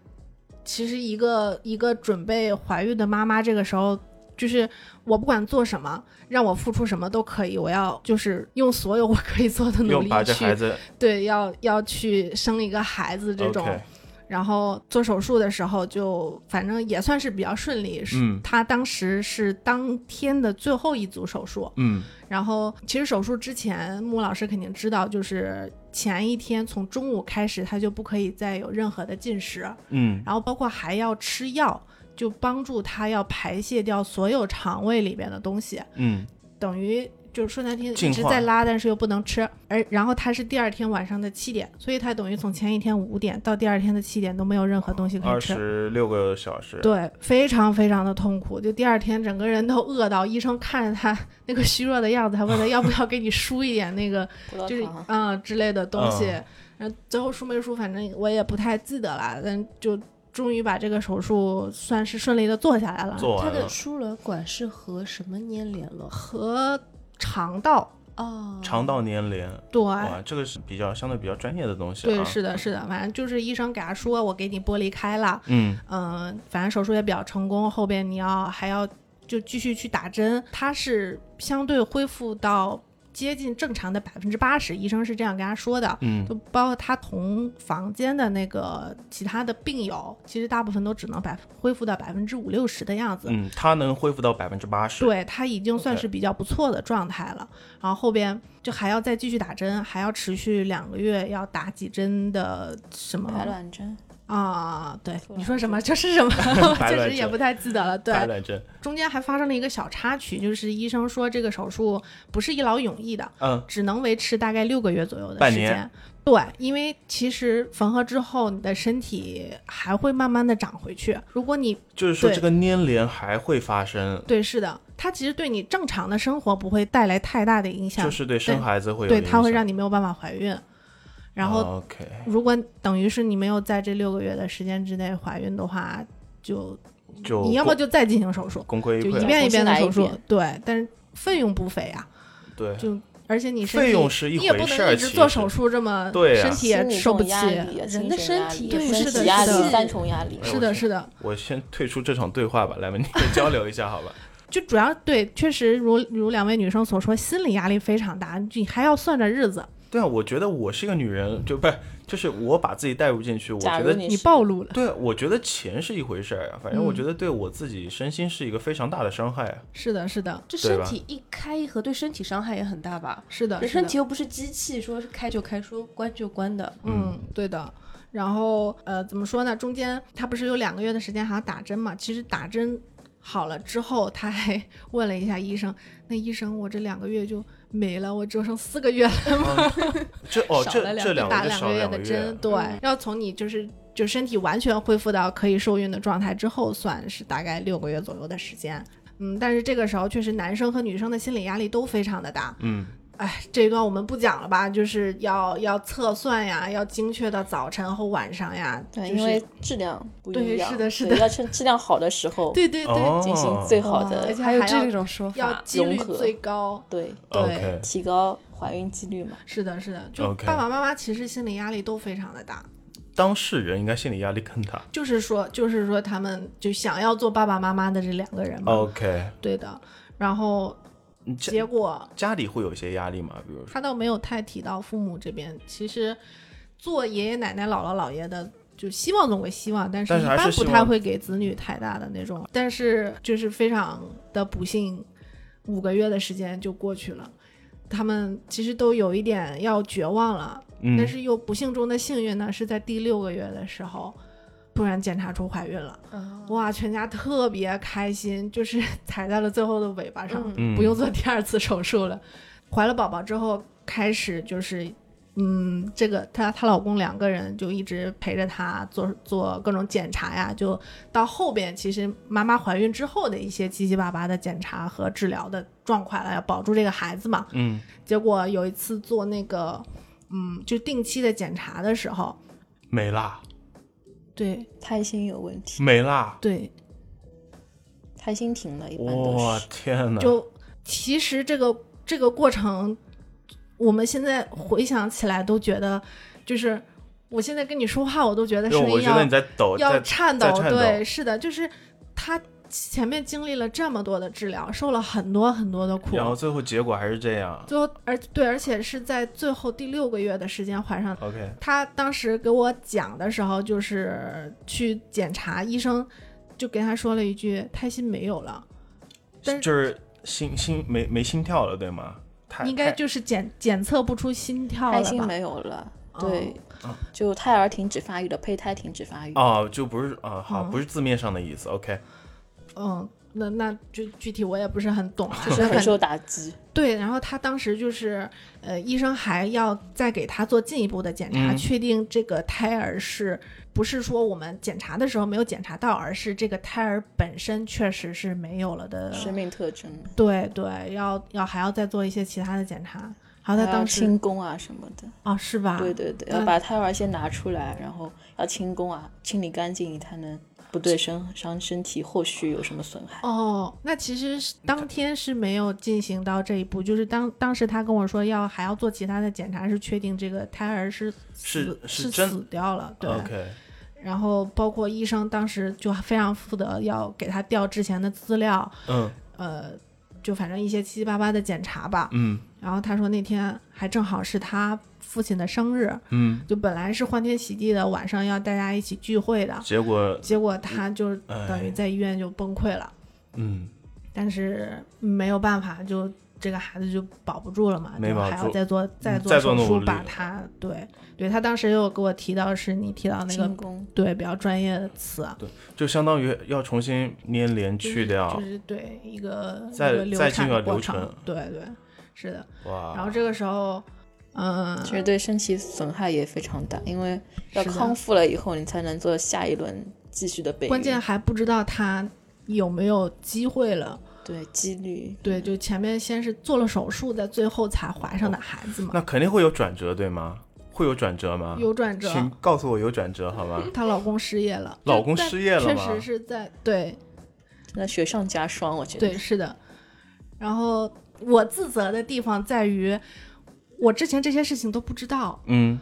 S3: 其实一个一个准备怀孕的妈妈，这个时候就是我不管做什么，让我付出什么都可以，我要就是用所有我可以做的努
S2: 又
S3: 力
S2: 把这孩
S3: 去，
S2: 子
S3: 对，要要去生一个孩子这种。
S2: OK，
S3: 然后做手术的时候就反正也算是比较顺利，是
S2: 嗯
S3: 他当时是当天的最后一组手术，
S2: 嗯
S3: 然后其实手术之前，穆老师肯定知道，就是前一天从中午开始他就不可以再有任何的进食，
S2: 嗯
S3: 然后包括还要吃药，就帮助他要排泄掉所有肠胃里边的东西，
S2: 嗯，
S3: 等于就是说难听，一
S2: 进
S3: 直
S2: 化
S3: 在拉，但是又不能吃。而然后他是第二天晚上的七点，所以他等于从前一天五点到第二天的七点都没有任何东西可
S2: 二
S3: 以吃。
S2: 十六个小时，
S3: 对，非常非常的痛苦，就第二天整个人都饿到，医生看着他那个虚弱的样子，还问他要不要给你输一点那个
S1: 葡萄
S3: 就是
S1: 糖啊，
S3: 啊、之类的东西
S2: 嗯。
S3: 然后最后输没输，反正我也不太记得了，但就终于把这个手术算是顺利的做下来了，
S2: 做
S4: 他
S2: 完
S4: 的
S2: 了
S4: 输卵管是和什么粘连了？
S3: 和肠道
S4: 哦，
S2: 肠道粘连。
S3: 对。
S2: 哇，这个是比较相对比较专业的东西、啊。
S3: 哎对，是的，是的，反正就是医生给他说，我给你剥离开了，
S2: 嗯
S3: 嗯、反正手术也比较成功，后边你要还要就继续去打针，他是相对恢复到接近正常的百分之八十，医生是这样跟他说的。
S2: 嗯
S3: 就包括他同房间的那个其他的病友，其实大部分都只能百恢复到百分之五六十的样子。
S2: 嗯，他能恢复到百分之八十，，
S3: 对他已经算
S2: OK
S3: 是比较不错的状态了。然后后边就还要再继续打针，还要持续两个月，要打几针的什么
S1: 排卵针，
S3: 啊？对，
S1: 卵
S3: 你说什么就是什么，
S2: 排
S3: 确
S2: 卵
S3: 实也
S2: 针
S3: 不太记得了。对，
S2: 排卵针，
S3: 中间还发生了一个小插曲，就是医生说这个手术不是一劳永逸的，
S2: 嗯，
S3: 只能维持大概六个月左右的
S2: 半
S3: 时
S2: 年
S3: 间。对，因为其实缝合之后，你的身体还会慢慢的长回去。如果你
S2: 就是说
S3: 对
S2: 这个粘连还会发生，
S3: 对，是的，它其实对你正常的生活不会带来太大的影响，
S2: 就是对生孩子会有
S3: 对
S2: 影
S3: 它
S2: 响哦
S3: 会
S2: 啊
S3: 让你没有办法怀孕。然后，
S2: OK，
S3: 如果等于是你没有在这六个月的时间之内怀孕的话，就
S2: 就
S3: 你要么
S2: 功
S3: 就再进行手术，
S2: 功亏一
S3: 就
S2: 篑
S3: 一
S2: 了，
S3: 遍
S1: 重
S3: 一
S1: 新
S3: 遍的
S1: 来
S3: 手
S1: 一
S3: 术
S1: 遍。
S3: 对，但是费用不菲啊，
S2: 对，
S3: 就而且你身
S2: 费
S3: 体
S2: 用是一
S3: 你也
S2: 回
S3: 不
S2: 事
S3: 能
S2: 儿
S3: 一直
S2: 其
S3: 做
S2: 实
S3: 手术这么，
S2: 对啊哎
S3: 身体也
S1: 心理
S3: 受不
S1: 重
S3: 起。
S1: 压力人
S4: 人的身体
S3: 对
S1: 身
S3: 是的
S1: 体压
S3: 是的
S1: 力、三重压力，
S3: 是的，是的，
S2: 我先退出这场对话吧，来吧，你 们交流一下好吧？
S3: 就主要对，确实如如两位女生所说，心理压力非常大，你还要算着日子，
S2: 对啊，我觉得我是一个女人，就不是就是我把自己带入进去，我
S1: 假
S2: 觉
S1: 如
S2: 得
S1: 你
S3: 你
S1: 是
S3: 暴露了。
S2: 对啊，我觉得钱是一回事儿啊，反正我
S3: 嗯
S2: 觉得对我自己身心是一个非常大的伤 害啊。
S3: 是的，是的，
S4: 这
S2: 对
S4: 身
S2: 吧
S4: 体一开一合，对身体伤害也很大吧？
S3: 是的，
S4: 人
S3: 是
S4: 身
S3: 的
S4: 体又不是机器，说是开就开，说关就关的。
S3: 嗯，对的。然后呃，怎么说呢？中间他不是有两个月的时间还要打针嘛？其实打针好了之后，他还 问了一下医生，那医生我这两个月就没了，我只有剩四个月了，
S2: 嗯这哦，
S4: 少
S2: 这
S4: 了两
S2: 这两
S3: 打
S2: 就
S3: 两
S2: 少
S3: 个
S2: 两
S3: 的
S2: 个
S3: 针，
S2: 月，嗯
S3: 对，要从你就是。就身体完全恢复到可以受孕的状态之后，算是大概六个月左右的时间。嗯，但是这个时候确实男生和女生的心理压力都非常的大。
S2: 嗯，
S3: 哎，这一段我们不讲了吧，就是要要测算呀，要精确到早晨和晚上呀。
S1: 对，
S3: 就是
S1: 因为质量不
S3: 对
S1: 一样，
S3: 是的是
S1: 对
S3: 的
S1: 要趁质量好的时候
S3: 对对对，
S2: 哦，
S1: 进行最好
S3: 而
S4: 哇
S1: 的
S3: 且
S4: 还有
S3: 还要
S4: 这种说
S3: 要
S4: 法，哎
S3: 几率
S1: 融合
S3: 最高。
S1: 对，
S3: 对
S2: OK，
S1: 提高怀孕几率嘛。
S3: 是的，是的，就
S2: OK
S3: 爸爸妈妈其实心理压力都非常的大。
S2: 当事人应该心理压力更大。
S3: 就是说，就是说，他们就想要做爸爸妈妈的这两个人嘛，
S2: OK，
S3: 对的。然后
S2: 哦你家
S3: 结果
S2: 家里会有一些压力吗？比如说，
S3: 他倒没有太提到父母这边，其实做爷爷奶奶、姥姥姥爷的。就希望总归希望，但是
S2: 但
S3: 一
S2: 是还
S3: 般
S2: 是
S3: 不
S2: 希
S3: 太
S2: 望
S3: 会给子女太大的那种，但是就是非常的不幸，五个月的时间就过去了，他们其实都有一点要绝望了，
S2: 嗯
S3: 但是又不幸中的幸运呢，是在第六个月的时候，突然检查出怀孕了，哇，全家特别开心，就是 踩在了最后的尾巴上，
S2: 嗯
S3: 不用做第二次手术了。怀了宝宝之后，开始就是，嗯，这个她她老公两个人就一直陪着她做做各种检查呀，就到后边其实妈妈怀孕之后的一些七七八八的检查和治疗的状况了，要保住这个孩子嘛。
S2: 嗯，
S3: 结果有一次做那个，嗯，就定期的检查的时候，
S2: 没啦，
S3: 对
S1: 胎心有问题，
S2: 没啦，
S3: 对，
S1: 胎心停了，一般都
S2: 我
S1: 是。
S2: 天哪！
S3: 就其实这个这个过程，我们现在回想起来都觉得，就是我现在跟你说话，我都觉得
S2: 因
S3: 声
S2: 为我
S3: 音
S2: 觉得
S3: 要
S2: 你在抖，
S3: 要
S2: 在
S3: 颤
S2: 在
S3: 抖，
S2: 颤抖
S3: 对，是的，就是他前面经历了这么多的治疗，受了很多很多的苦
S2: 然，后最后结果还是这样。
S3: 最后而对，而且是在最后第六个月的时间怀上
S2: OK，
S3: 他当时给我讲的时候，就是去检查，医生就给他说了一句：“胎心没有了。”但是
S2: 就是心心没没心跳了，对吗？太
S3: 应该
S2: 太
S3: 就是检检测不出心跳
S1: 胎
S3: 了
S1: 心
S3: 吧？
S1: 没有了，
S3: 哦
S1: 对，就胎儿停止发育了，胚胎停止发育。
S2: 哦，就不是啊，好，
S3: 嗯
S2: 不是字面上的意思。OK，
S3: 嗯，那那就具体我也不是很懂啊，
S1: 就是
S3: 是
S1: 很
S3: 很
S1: 受打击，
S3: 对。然后他当时就是，呃，医生还要再给他做进一步的检查，
S2: 嗯
S3: 确定这个胎儿是不是说我们检查的时候没有检查到，而是这个胎儿本身确实是没有了 的
S1: 生命特征，
S3: 对对，要要还要再做一些其他的检查。然后
S1: 还
S3: 他当
S1: 要
S3: 时
S1: 清宫啊什么的。
S3: 哦，是吧？
S1: 对对对，
S3: 嗯
S1: 要把胎儿先拿出来，然后要清宫啊，清理干净，你才能不对身伤身体后续有什么损害。
S3: 哦，那其实是当天是没有进行到这一步，就是当当时他跟我说要还要做其他的检查，是确定这个胎儿是
S2: 是
S3: 死
S2: 是真哦
S3: 死掉了，对。
S2: OK，
S3: 然后包括医生当时就非常负责，要给他调之前的资料，
S2: 嗯
S3: 呃，就反正一些七七八八的检查吧。
S2: 嗯
S3: 然后他说那天还正好是他父亲的生日，
S2: 嗯，
S3: 就本来是欢天喜地的晚上要大家一起聚会的，
S2: 结果
S3: 结果他就
S2: 哎
S3: 等于在医院就崩溃了。
S2: 嗯
S3: 但是没有办法，就这个孩子就保不住了嘛，
S2: 没
S3: 就
S2: 保
S3: 还要
S2: 住
S3: 再做再
S2: 嗯再做
S3: 手
S2: 努
S3: 术
S2: 力
S3: 把他对对，他当时又给我提到是你提到那
S1: 进
S3: 个
S1: 攻
S3: 对比较专业的词啊，
S2: 就相当于要重新粘连
S3: 就是
S2: 去掉
S3: 就，是对一个
S2: 再
S3: 一个流
S2: 再进
S3: 产
S2: 入
S3: 的
S2: 流
S3: 过程
S2: 程，啊
S3: 对对是的。然后
S2: 哇，
S3: 这个时候，嗯，
S1: 其实对身体损害也非常大，因为要
S3: 是的
S1: 康复了以后，你才能做下一轮继续的备孕。
S3: 关键还不知道他有没有机会了。
S1: 对几率，
S3: 对，就前面先是做了手术，在最后才怀
S2: 哦
S3: 上的孩子嘛，
S2: 那肯定会有转折，对吗？会有转折吗？
S3: 有转折。
S2: 请告诉我有转折 好吗？
S3: 她老公失业了，
S2: 老
S3: 就
S2: 公
S3: 在
S2: 失业了
S3: 确
S2: 吗
S3: 实是在对
S1: 真的雪上加霜，我觉得。
S3: 对是的。然后我自责的地方在于，我之前这些事情都不知道，
S2: 嗯，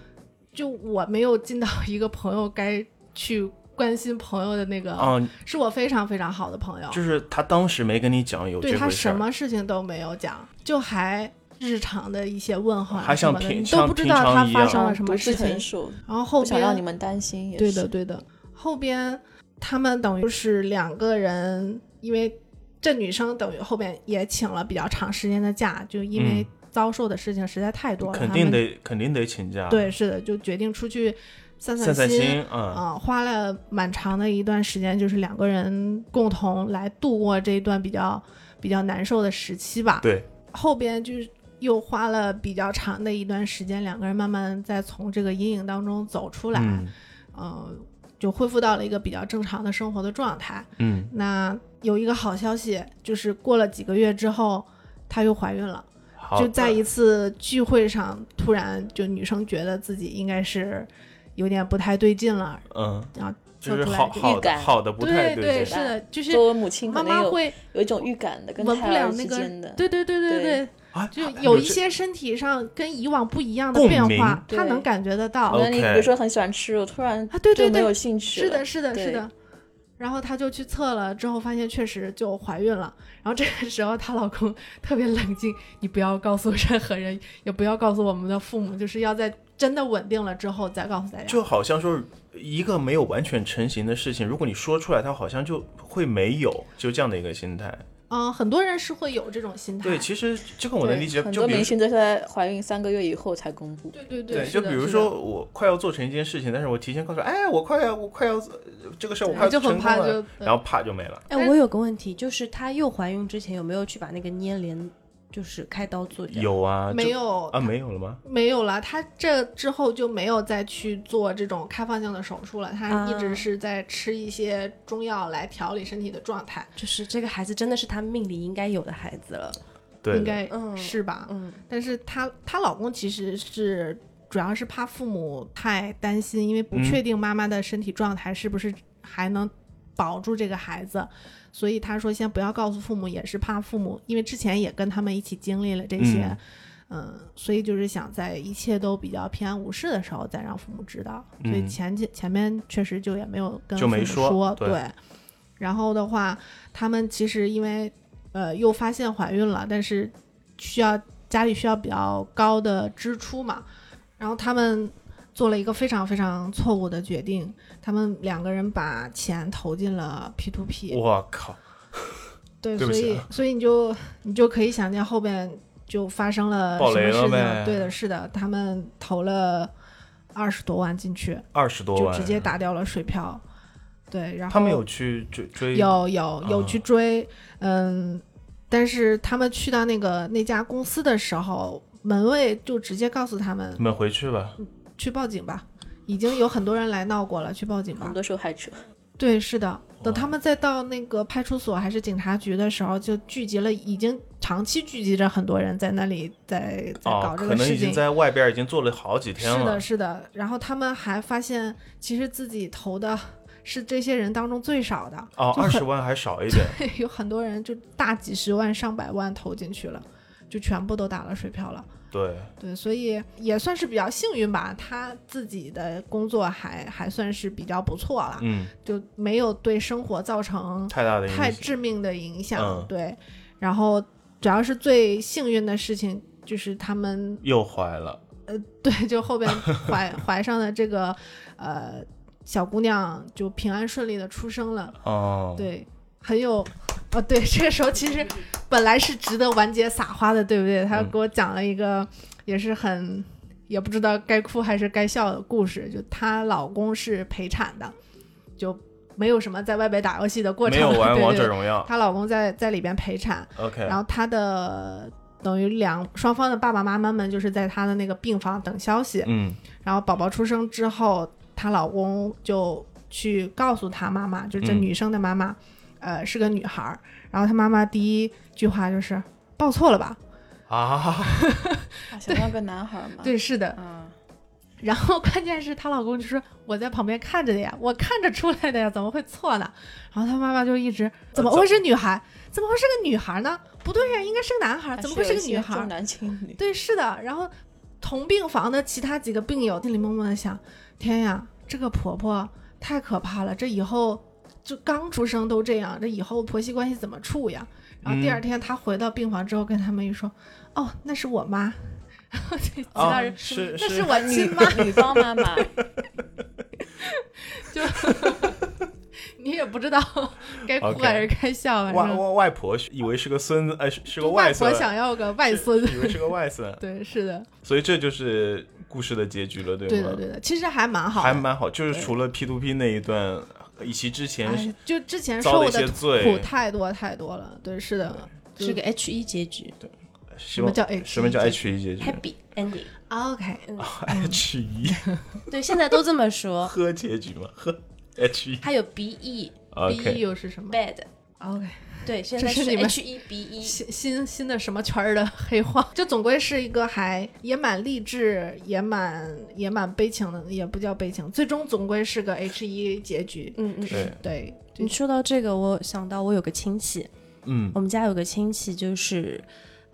S3: 就我没有尽到一个朋友该去关心朋友的那个，
S2: 啊，
S3: 是我非常非常好的朋友，
S2: 就是他当时没跟你讲有
S3: 对
S2: 这
S3: 他
S2: 回事
S3: 什
S2: 儿，
S3: 么事情都没有讲，就还日常的一些问候啊
S2: 还
S3: 什
S2: 像
S3: 么的，
S2: 平
S3: 你
S2: 像
S3: 都不知
S2: 平
S3: 道
S2: 常
S3: 他
S2: 一
S3: 发
S2: 样
S3: 生了什
S1: 嗯独
S3: 么事
S1: 自
S3: 情
S1: 陈。述，
S3: 然后后
S1: 不想让你
S3: 边
S1: 们担心也
S3: 对
S1: 是
S3: 的，对的。后边他们等于是两个人，因为这女生等于后边也请了比较长时间的假，就因为遭受的事情实在太多了，
S2: 嗯肯
S3: 他
S2: 定
S3: 们
S2: 得肯定得请假，，
S3: 对，是的，就决定出去散
S2: 散散
S3: 心。
S2: 心啊，
S3: 啊、花了蛮长的一段时间，就是两个人共同来度过这一段比较比较难受的时期吧。
S2: 对，
S3: 后边就是又花了比较长的一段时间，两个人慢慢再从这个阴影当中走出来。
S2: 嗯
S3: 呃，就恢复到了一个比较正常的生活的状态。
S2: 嗯，
S3: 那有一个好消息，就是过了几个月之后，她又怀孕了。
S2: 好
S3: 就
S2: 的
S3: 在一次聚会上，突然就女生觉得自己应该是有点不太对劲了，
S2: 嗯，
S3: 然后
S2: 就
S3: 测
S2: 是
S3: 出来
S2: 好
S3: 这
S1: 个
S2: 好
S1: 预
S2: 的
S1: 感
S2: 好的不太
S3: 对对，是
S2: 劲，
S3: 的，就是
S1: 作为母亲
S3: 妈
S1: 可能
S3: 妈
S1: 有
S3: 会
S1: 有一种预感的，跟
S3: 闻不
S1: 胎
S3: 了
S1: 儿
S3: 那
S1: 之
S3: 个
S1: 间的，，
S3: 对对对对
S1: 对
S3: 对，
S2: 啊，
S3: 就
S2: 啊
S3: 有一
S2: 这
S3: 些身体上跟以往不一样的
S2: 共
S3: 变
S2: 鸣
S3: 化，她
S1: 对
S3: 能感觉得到。
S1: 可能你
S2: OK
S1: 比如说很喜欢吃肉，突然
S3: 啊对对
S1: 就没
S3: 对
S1: 有兴趣
S3: 是
S1: 了
S3: 的，，是的，是
S1: 对
S3: 的。然后她就去测了，之后发现确实就怀孕了。然后这个时候她老公 特别冷静，你不要告诉任何人，也不要告诉我们的父母，就是要在真的稳定了之后再告诉大家。
S2: 就好像说一个没有完全成型的事情，如果你说出来，它好像就会没有，就这样的一个心态。
S3: 嗯，很多人是会有这种心态。
S2: 对，其实这个我能
S1: 对
S2: 理解，
S1: 很
S2: 就
S1: 多
S2: 比如
S1: 明
S2: 说。
S1: 星都是在怀孕三个月以后才公布，
S3: 对对
S2: 对，
S3: 是
S2: 就
S3: 的
S2: 比如
S3: 是的
S2: 说我快要做成一件事情，但是我提前告诉，哎，我快要，我快要这个事儿，我
S3: 对
S2: 快要
S3: 就
S2: 成
S3: 很
S2: 功
S3: 怕
S2: 了
S3: 就，
S2: 然后啪就没了。
S4: 哎，我有个问题，就是她又怀孕之前有没有去把那个粘连，就是开刀做掉？
S2: 有啊，就
S3: 呃没有
S2: 啊，没有了吗？
S3: 没有了，她这之后就没有再去做这种开放性的手术了，她一直
S4: 啊
S3: 是在吃一些中药来调理身体的状态，
S4: 就是这个孩子真的是她命里应该有的孩子了。
S2: 对
S3: 应
S2: 的，
S3: 该
S4: 嗯
S3: 是吧？
S4: 嗯，
S3: 但是她她老公其实是主要是怕父母太担心，因为不
S2: 嗯
S3: 确定妈妈的身体状态是不是还能保住这个孩子，所以他说先不要告诉父母，也是怕父母，因为之前也跟他们一起经历了这些。嗯所以就是想在一切都比较平安无事的时候，再让父母知道。所以
S2: 嗯
S3: 前前前面确实就也没有跟
S2: 就
S3: 父母
S2: 没说对
S3: 对。然后的话，他们其实因为呃又发现怀孕了，但是需要家里需要比较高的支出嘛，然后他们做了一个非常非常错误的决定，他们两个人把钱投进了 P to P，
S2: 我靠，
S3: 对，
S2: 对不
S3: 所
S2: 起
S3: 以
S2: 啊
S3: 所以你就你就可以想见后边就发生了
S2: 爆
S3: 什么
S2: 雷了
S3: 事情，
S2: 呗
S3: 对的，是的，他们投了二十多万进去，
S2: 二十多
S3: 就
S2: 万，啊
S3: 直接打掉了水漂，对，然后
S2: 他们有去追追，
S3: 有有有
S2: 啊
S3: 去追，嗯，但是他们去到那个那家公司的时候，门卫就直接告诉他们
S2: 你们回去吧。
S3: 去报警吧，已经有很多人来闹过了，去报警吧
S1: 很。多受害者，
S3: 对，是的。等
S2: 哇
S3: 他们再到那个派出所还是警察局的时候，就聚集了，已经长期聚集着很多人在那里在在
S2: 哦，
S3: 搞这
S2: 可
S3: 个
S2: 能
S3: 事
S2: 已经
S3: 情。
S2: 在外边已经坐了好几天
S3: 是
S2: 了
S3: 的，。是的。然后他们还发现，其实自己投的是这些人当中最少的，
S2: 哦，
S3: 就
S2: 二
S3: 很
S2: 十万还少一点，
S3: 有很多人就大几十万、上百万投进去了，就全部都打了水漂了。
S2: 对，
S3: 对，所以也算是比较幸运吧，他自己的工作还还算是比较不错了，
S2: 嗯，
S3: 就没有对生活造成
S2: 太大的影
S3: 太
S2: 响，
S3: 致命的影响。
S2: 嗯
S3: 对，然后主要是最幸运的事情就是他们
S2: 又怀了，
S3: 对，就后边怀 怀上的这个呃小姑娘就平安顺利的出生了。
S2: 哦，，
S3: 对，很有。哦，对，这个时候其实本来是值得完结撒花的，对不对？他
S2: 嗯
S3: 给我讲了一个也是很也不知道该哭还是该笑的故事，就她老公是陪产的，就没有什么在外边打游戏的过程，
S2: 没有玩
S3: 对
S2: 王
S3: 对
S2: 者
S3: 对
S2: 荣耀
S3: 她老公在在里边陪产，
S2: ，OK，
S3: 然后她的等于两双方的爸爸妈妈们就是在她的那个病房等消息，
S2: 嗯
S3: 然后宝宝出生之后，她老公就去告诉她妈妈，就是这
S2: 嗯
S3: 女生的妈妈，呃，是个女孩儿。然后她妈妈第一句话就是抱错了吧？
S2: 啊，
S1: 啊想要个男孩嘛，，
S3: 对，是的。
S1: 啊，
S3: 然后关键是她老公就说我在旁边看着的呀，我看着出来的呀，怎么会错呢？然后她妈妈就一直怎么会是女孩？怎么会是个女孩呢？不对呀，应该是个男孩，怎么会是个
S1: 还是有
S3: 女孩
S1: 一些重？男轻女，
S3: 对，是的。然后同病房的其他几个病友心里默默的想：天呀，这个婆婆太可怕了，这以后就刚出生都这样，这以后婆媳关系怎么处呀？然后第
S2: 嗯
S3: 二天她回到病房之后，跟他们一说：“哦，那是我妈。”其他
S2: 啊
S3: 人，
S2: 是
S3: 那
S2: 是
S3: 我
S1: 女
S3: 亲妈，
S1: 女方妈 妈，
S3: 你也不知道该哭
S2: OK
S3: 还是该笑，反
S2: 外
S3: 正
S2: 外外婆以为是个孙子，呃，是是个
S3: 外
S2: 孙
S3: 婆，想要个外
S2: 是
S3: 孙，，
S2: 以为是个外孙
S3: 对，是的，
S2: 所以这就是故事的结局了，对吗？
S3: 对的，对的，其实还蛮好的，
S2: 还蛮好，就是除了 P to P 那一段，以及之前
S3: 哎，就之前
S2: 遭
S3: 受
S2: 了一
S3: 的
S2: 些
S3: 苦
S2: 罪，
S3: 太多太多了，对，是的，
S4: 是个 H E 结局
S2: 什
S3: 什么叫 H？
S2: 什么叫 H 一结局
S4: ，Happy Ending。
S3: OK，
S2: 啊？H 一
S3: 嗯
S4: 对，现在都这么说。
S2: 喝结局嘛，喝 H 一
S4: 还有 B E
S3: B
S2: ，OK，
S3: 又是什么
S4: bad，
S3: ？OK，
S4: 对，现在
S3: 这是你们
S4: H E B E。
S3: 新新新的什么圈儿的黑话，就总归是一个还也蛮励志，也蛮也蛮悲情的，也不叫悲情，最终总归是个 H 一结局。
S4: 嗯嗯，
S2: 对，
S3: 对，
S4: 你说到这个，我想到我有个亲戚，
S2: 嗯
S4: 我们家有个亲戚就是，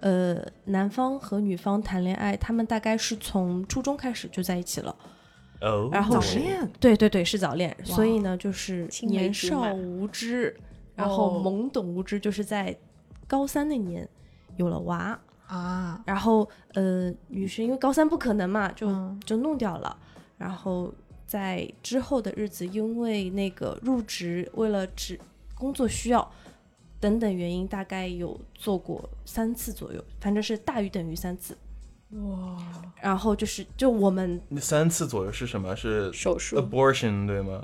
S4: 呃，男方和女方谈恋爱，他们大概是从初中开始就在一起了。
S2: 哦，
S4: 然后
S3: 早恋，
S4: 对对对，是早恋，
S3: 哇
S4: 所以呢，就是
S1: 青梅
S4: 年
S1: 竹马
S4: 少无知，然后
S3: 哦
S4: 懵懂无知，就是在高三那年有了娃，
S3: 啊，
S4: 然后呃，女生因为高三不可能嘛，就、
S3: 嗯
S4: 就弄掉了，然后在之后的日子，因为那个入职，为了职工作需要等等原因，大概有做过三次左右，反正是大于等于三次。
S3: 哇，
S4: 然后就是，就我们
S2: 那三次左右是什么？是
S1: 手术
S2: abortion 对吗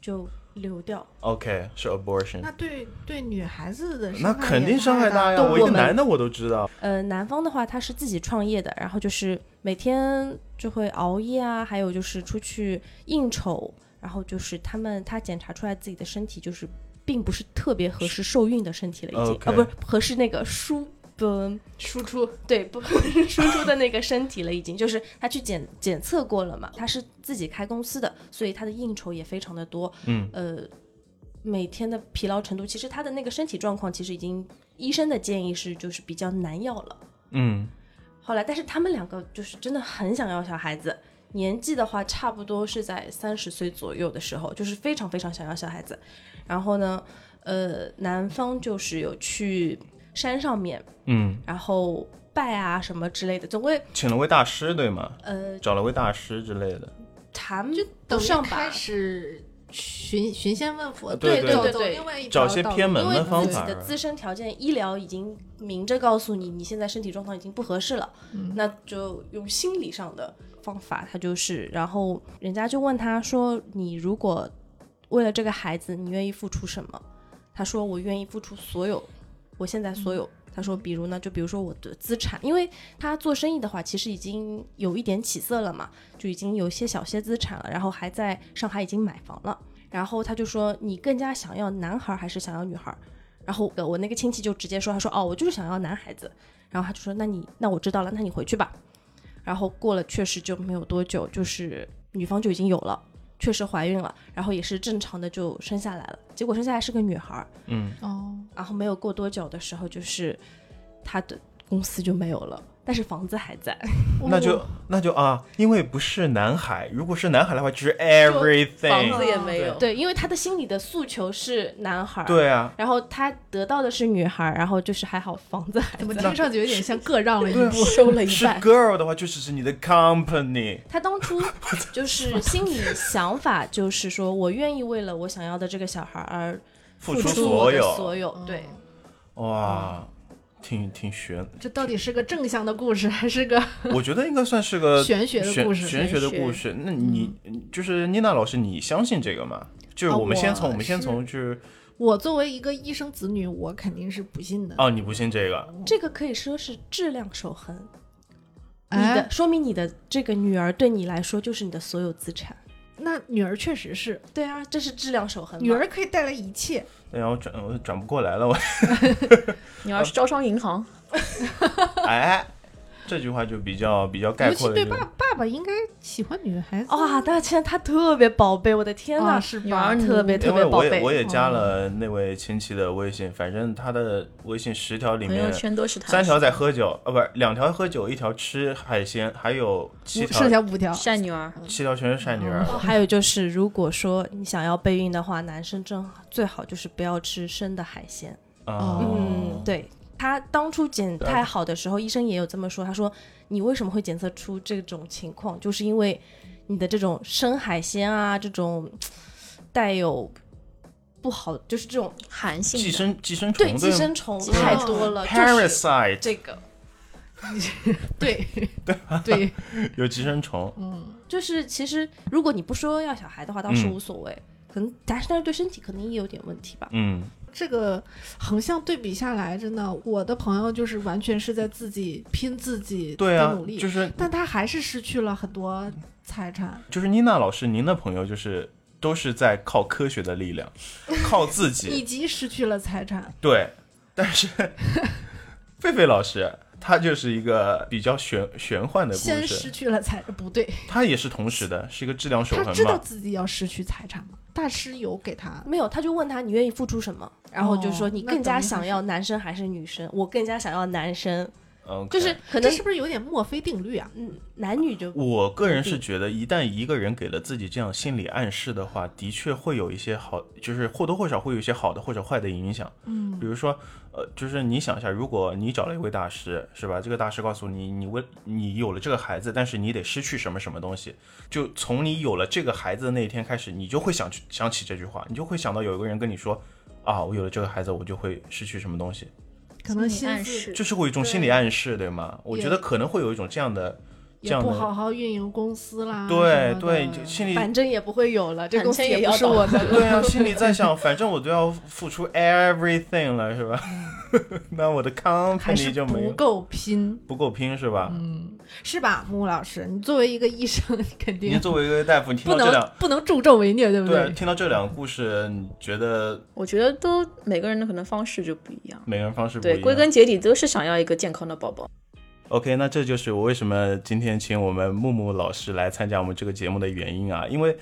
S4: 就流掉，
S2: ？OK，是 abortion，
S3: 那对对女孩子的
S2: 嗯那肯定伤害
S3: 大
S2: 大呀，
S4: 对
S2: 我一个
S4: 我们
S2: 男的我都知道，
S4: 呃，男方的话他是自己创业的，然后就是每天就会熬夜啊，还有就是出去应酬，然后就是他们他检查出来自己的身体就是并不是特别合适受孕的身体了，已经
S2: OK
S4: 啊不是合适那个输不
S3: 输出
S4: 对不 输出的那个身体了，已经就是他去检检测过了嘛，他是自己开公司的，所以他的应酬也非常的多，
S2: 嗯
S4: 呃。每天的疲劳程度，其实他的那个身体状况，其实已经医生的建议是就是比较难要了。
S2: 嗯，
S4: 后来，但是他们两个就是真的很想要小孩子，年纪的话差不多是在三十岁左右的时候，就是非常非常想要小孩子。然后呢，呃，男方就是有去山上面，
S2: 嗯，
S4: 然后拜啊什么之类的，总归
S2: 请了位大师对吗？
S4: 呃
S2: 找了位大师之类的，
S4: 谈
S3: 就
S4: 不
S3: 等
S4: 上
S3: 于
S4: 吧
S3: 开，始寻寻仙问佛，
S2: 对
S4: 对
S3: 走
S4: 对
S3: 走
S4: 对
S3: 另外一
S2: 找
S3: 条
S2: 些
S3: 道路
S2: 偏门
S4: 因
S2: 的
S4: 为
S2: 方
S4: 自己
S2: 法啊
S4: 的自身条件，医疗已经明着告诉你，你现在身体状况已经不合适了，那就用心理上的方法，他就是，然后人家就问他说，你如果为了这个孩子，你愿意付出什么？他说我愿意付出所有，我现在所有。他说，比如呢，就比如说我的资产，因为他做生意的话，其实已经有一点起色了嘛，就已经有些小些资产了，然后还在上海已经买房了。然后他就说，你更加想要男孩还是想要女孩？然后我那个亲戚就直接说，他说哦，我就是想要男孩子。然后他就说，那你那我知道了，那你回去吧。然后过了确实就没有多久，就是女方就已经有了，确实怀孕了，然后也是正常的就生下来了。结果生下来是个女孩儿，
S2: 嗯，
S3: 哦，
S4: 然后没有过多久的时候，就是他的公司就没有了，但是房子还在。
S2: 那就那就啊，因为不是南海，如果是南海的话，就是 everything，
S1: 房子也
S2: 哎
S1: 没有，
S4: 对，因为他的心里的诉求是男孩，，
S2: 对啊，
S4: 然后他得到的是女孩，然后就是还好房子还
S3: 怎么
S4: 在。
S3: 听上去有点像各让了 一步？
S1: 收了一
S2: 啊是
S1: 半。
S2: girl 的话，就只是你的 company，
S4: 他当初就是心里想法就是说我愿意为了我想要的这个小孩而
S2: 付
S4: 出
S2: 出
S4: 我的
S2: 有，
S4: 所
S3: 嗯
S4: 有，对，
S2: 哇，挺挺悬，
S3: 这到底是个正向的故事，还是个
S2: 我觉得应该算是个
S3: 玄学的故事
S2: 玄学的
S1: 玄学
S2: 故事。那你就是妮娜老师，你相信这个吗？就是
S3: 啊
S2: 我们先从
S3: 我
S2: 我们先
S3: 是
S2: 从就是
S3: 我作为一个医生子女，我肯定是不信的。
S2: 哦，你不信这个，
S4: 这个可以说是质量守恒。你
S3: 哎
S4: 的说明你的这个女儿对你来说就是你的所有资产。
S3: 那女儿确实是，
S4: 对啊，这是质量守恒嘛。
S3: 女儿可以带来一切。
S2: 然后转哎我转不过来了，我
S1: 你要是招商银行，
S2: 哎，这句话就比较比较概
S3: 尤
S2: 括
S3: 其
S2: 了
S3: 对
S2: 这
S3: 爸
S2: 个。
S3: 爸爸应该喜欢女孩子
S4: 哇，那现在她特别宝贝，我的天呐，
S3: 啊是
S1: 女儿
S3: 吧？
S1: 你
S4: 特别特
S2: 因
S4: 别
S2: 为
S4: 宝
S2: 我
S4: 贝。
S2: 也我也加了那位亲戚的微信，反正他的微信十条里
S1: 朋友
S2: 面
S1: 圈都是他。
S2: 三条在喝酒，啊，不是两条喝酒，一条吃海鲜，还有七
S3: 五剩
S2: 条
S3: 下五条，
S1: 善女儿，
S2: 七条全是晒女儿
S4: 哦，还有就是，如果说你想要备孕的话，男生正好最好就是不要吃生的海鲜。
S2: 啊。
S4: 嗯，对。他当初检太好的时候，医生也有这么说，他说你为什么会检测出这种情况，就是因为你的这种生海鲜啊，这种带有不好，就是这种
S1: 韩
S2: 寄
S1: 信的
S2: 生寄生虫
S4: 对寄生虫
S1: 寄
S4: 太
S3: 生
S4: 多了，就是
S2: ，parasite
S4: 这个。
S3: 对 对，
S2: 有寄生虫，
S3: 嗯
S4: 就是其实如果你不说要小孩的话，倒是
S2: 嗯
S4: 无所谓，可能但是但是对身体可能也有点问题吧。
S2: 嗯，
S3: 这个横向对比下来，真的，我的朋友就是完全是在自己拼自己
S2: 对啊
S3: 的努力，，
S2: 就是
S3: 但他还是失去了很多财产。
S2: 就是妮娜老师，您的朋友就是都是在靠科学的 力量，靠自
S3: 以
S2: 己，
S3: 及失去了财产，
S2: 对，但 是狒狒老师。他就是一个比较玄玄幻的
S3: 先
S2: 故
S3: 失
S2: 事，
S3: 去了财不对，
S2: 他也是同时的，是一个质量守
S3: 他
S2: 恒
S3: 知道
S2: 嘛。
S3: 自己要失去财产吗？大师有给他
S4: 没有，他就问他你愿意付出什么，然后就说
S3: 哦
S4: 你
S3: 那
S4: 更加
S3: 等于还
S4: 想
S3: 是
S4: 要男生还是女生，我更加想要男生，
S2: 嗯，
S4: 就是可
S3: 这
S4: 能
S3: 是不是有点墨菲定律啊？
S4: 嗯男女就
S2: 我个人是觉得，一旦一个人给了自己这样心理暗示的话，的确会有一些好，就是或多或少会有一些好的或者坏的影响。嗯，比如说，呃，就是你想一下，如果你找了一位大师，是吧？这个大师告诉你，你为你有了这个孩子，但是你得失去什么什么东西。就从你有了这个孩子的那一天开始，你就会想去想起这句话，你就会想到有一个人跟你说。啊，我有了这个孩子，我就会失去什么东西，
S3: 可
S1: 心
S3: 能
S1: 理
S3: 心
S1: 暗
S3: 思
S1: 示，
S2: 就是会有一种心理暗示，对吗？我觉得可能会有一种这样的，这
S3: 也
S2: 样
S3: 不
S2: 的
S3: 好好运营公司啦，
S2: 对
S3: 嗯什么的
S2: 对，就心里
S4: 反正也不会有了，这
S1: 反
S4: 公司
S1: 正也
S4: 不
S1: 要
S4: 是
S1: 倒
S4: 我的 了。
S2: 对啊，心里在想，反正我都要付出 everything 了，是吧？ 那我的
S3: 还是
S2: company 就没
S3: 不
S2: 有
S3: 够嗯拼，
S2: 不够拼，是吧？
S3: 是吧，穆老师？你作为一个医生， 你肯
S2: 您
S3: 定
S2: 作为一个大夫，你听
S3: 不
S2: 到这
S3: 能
S2: 两
S3: 不能助纣为虐，对不
S2: 对听到这两个故事，你觉得
S1: 我觉得都每个人的可能方式就不一样。
S2: 每个人方式不一
S1: 对，
S2: 样？
S1: 归根结底都是想要一个健康的宝宝。
S2: OK，那这就是我为什么今天请我们木木老师来参加我们这个节目的原因啊，因为。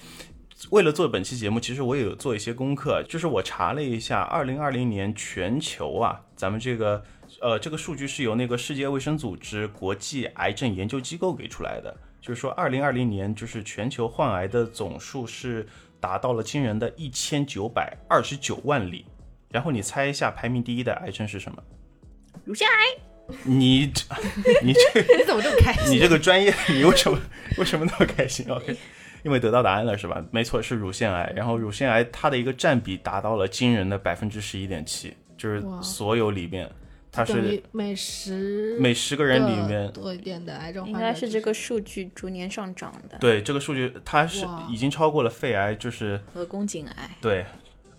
S2: 为了做本期节目，其实我也有做一些功课，就是我查了一下，二零二零年全球啊，咱们这个呃这个数据是由那个世界卫生组织国际癌症研究机构给出来的，就是说二零二零年就是全球患癌的总数是达到了惊人的一千九百二十九万例，然后你猜一下排名第一的癌症是什么？
S1: 乳腺癌，
S2: 你这你这
S3: 你怎么这么开
S2: 你这个专业，你为什么为什么那么开心？OK，因为 得到答案了是吧？没错，是乳腺癌。然后乳腺癌它的一个占比达到了惊人的百分之十一点七，就是
S3: 哇
S2: 所有里面，它
S3: 等
S2: 是
S3: 于每十
S2: 每十个人里面，
S3: 多一点的癌症患
S1: 应
S3: 者，
S1: 该是这个数据逐年上涨的。
S2: 对这个数据，它是
S3: 哇
S2: 已经超过了肺癌，就是
S1: 和宫颈癌，
S2: 对。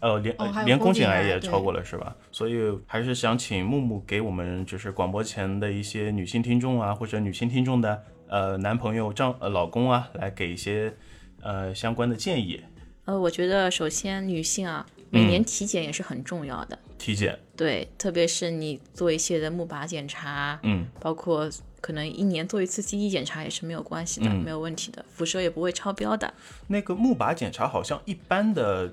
S2: 呃，连、
S3: 哦还有
S2: 连
S3: 宫
S2: 宫
S3: 颈
S2: 颈癌
S3: 癌
S2: 也
S3: 对
S2: 超过了，是吧？所以还是想请木木给我们就是广播前的一些女性听众啊，或者女性听众的呃男朋友、丈呃老公啊，来给一些呃相关的建议
S1: 呃，我觉得首先女性啊，
S2: 嗯
S1: 每年体检也是很重要的，
S2: 体检。
S1: 对，特别是你做一些的钼靶检查，
S2: 嗯，
S1: 包括可能一年做一次基因检查也是没有关系的，
S2: 嗯
S1: 没有问题的，辐射也不会超标的。
S2: 那个钼靶检查好像一般的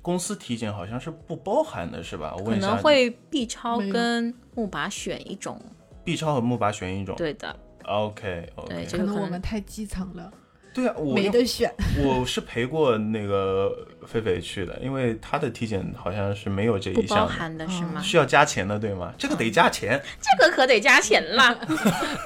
S2: 公司体检好像是不包含的，是吧？我
S1: 可
S2: 啊问一下，
S1: 能会 B 超
S3: 没有
S1: 跟钼靶选一种，
S2: B 超和钼靶选一种。
S1: 对的，
S2: OK
S1: 对
S2: OK，
S1: 这
S3: 可
S1: 个
S3: 能
S1: 可
S3: 我
S1: 能
S3: 们太基层了，
S2: 对啊，我
S3: 没得选。
S2: 我是陪过那个菲菲去的，因为她的体检好像是没有这
S1: 不
S2: 一
S1: 包
S2: 项
S1: 含的是吗
S2: 的，？是嗯要加钱的对
S1: 嗯
S2: 吗？这个得加钱，
S1: 这个可得加钱了。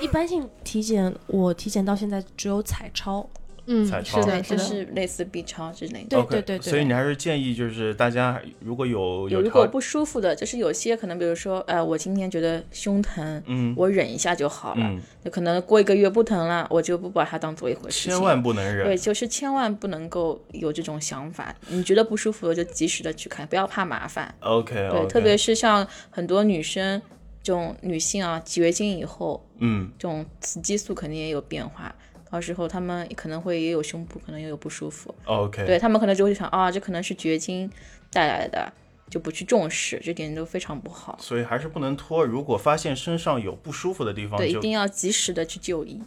S4: 一般性体检，我体检到现在只有彩超，
S3: 嗯
S2: 彩超
S1: 是的，
S3: 是
S1: 就
S3: 的
S1: 啊是类似 B 超之类的。
S4: 对
S2: OK，
S4: 对对对
S2: 所以你还是建议就是大家如果
S1: 有
S2: 有有
S1: 如果
S2: 条
S1: 不舒服的，就是有些可能，比如说，呃，我今天觉得胸疼，
S2: 嗯
S1: 我忍一下就好了。
S2: 嗯，
S1: 那可能过一个月不疼了，我就不把它当做一回事情。
S2: 千万不能
S1: 对，
S2: 忍。
S1: 就是千万不能够有这种想法。你觉得不舒服了，就及时的去看，不要怕麻烦。
S2: OK
S1: 对
S2: OK，
S1: 特别是像很多女生这种女性啊，绝经以后，
S2: 嗯
S1: 这种雌激素肯定也有变化，到时候她们可能会也有胸部，可能也有不舒服。
S2: OK，
S1: 对他们可能就会想啊，这可能是绝经带来的，就不去重视，这点都非常不好。
S2: 所以还是不能拖。如果发现身上有不舒服的地方，
S1: 对，一
S2: 哦就
S1: 定要及时的去就医。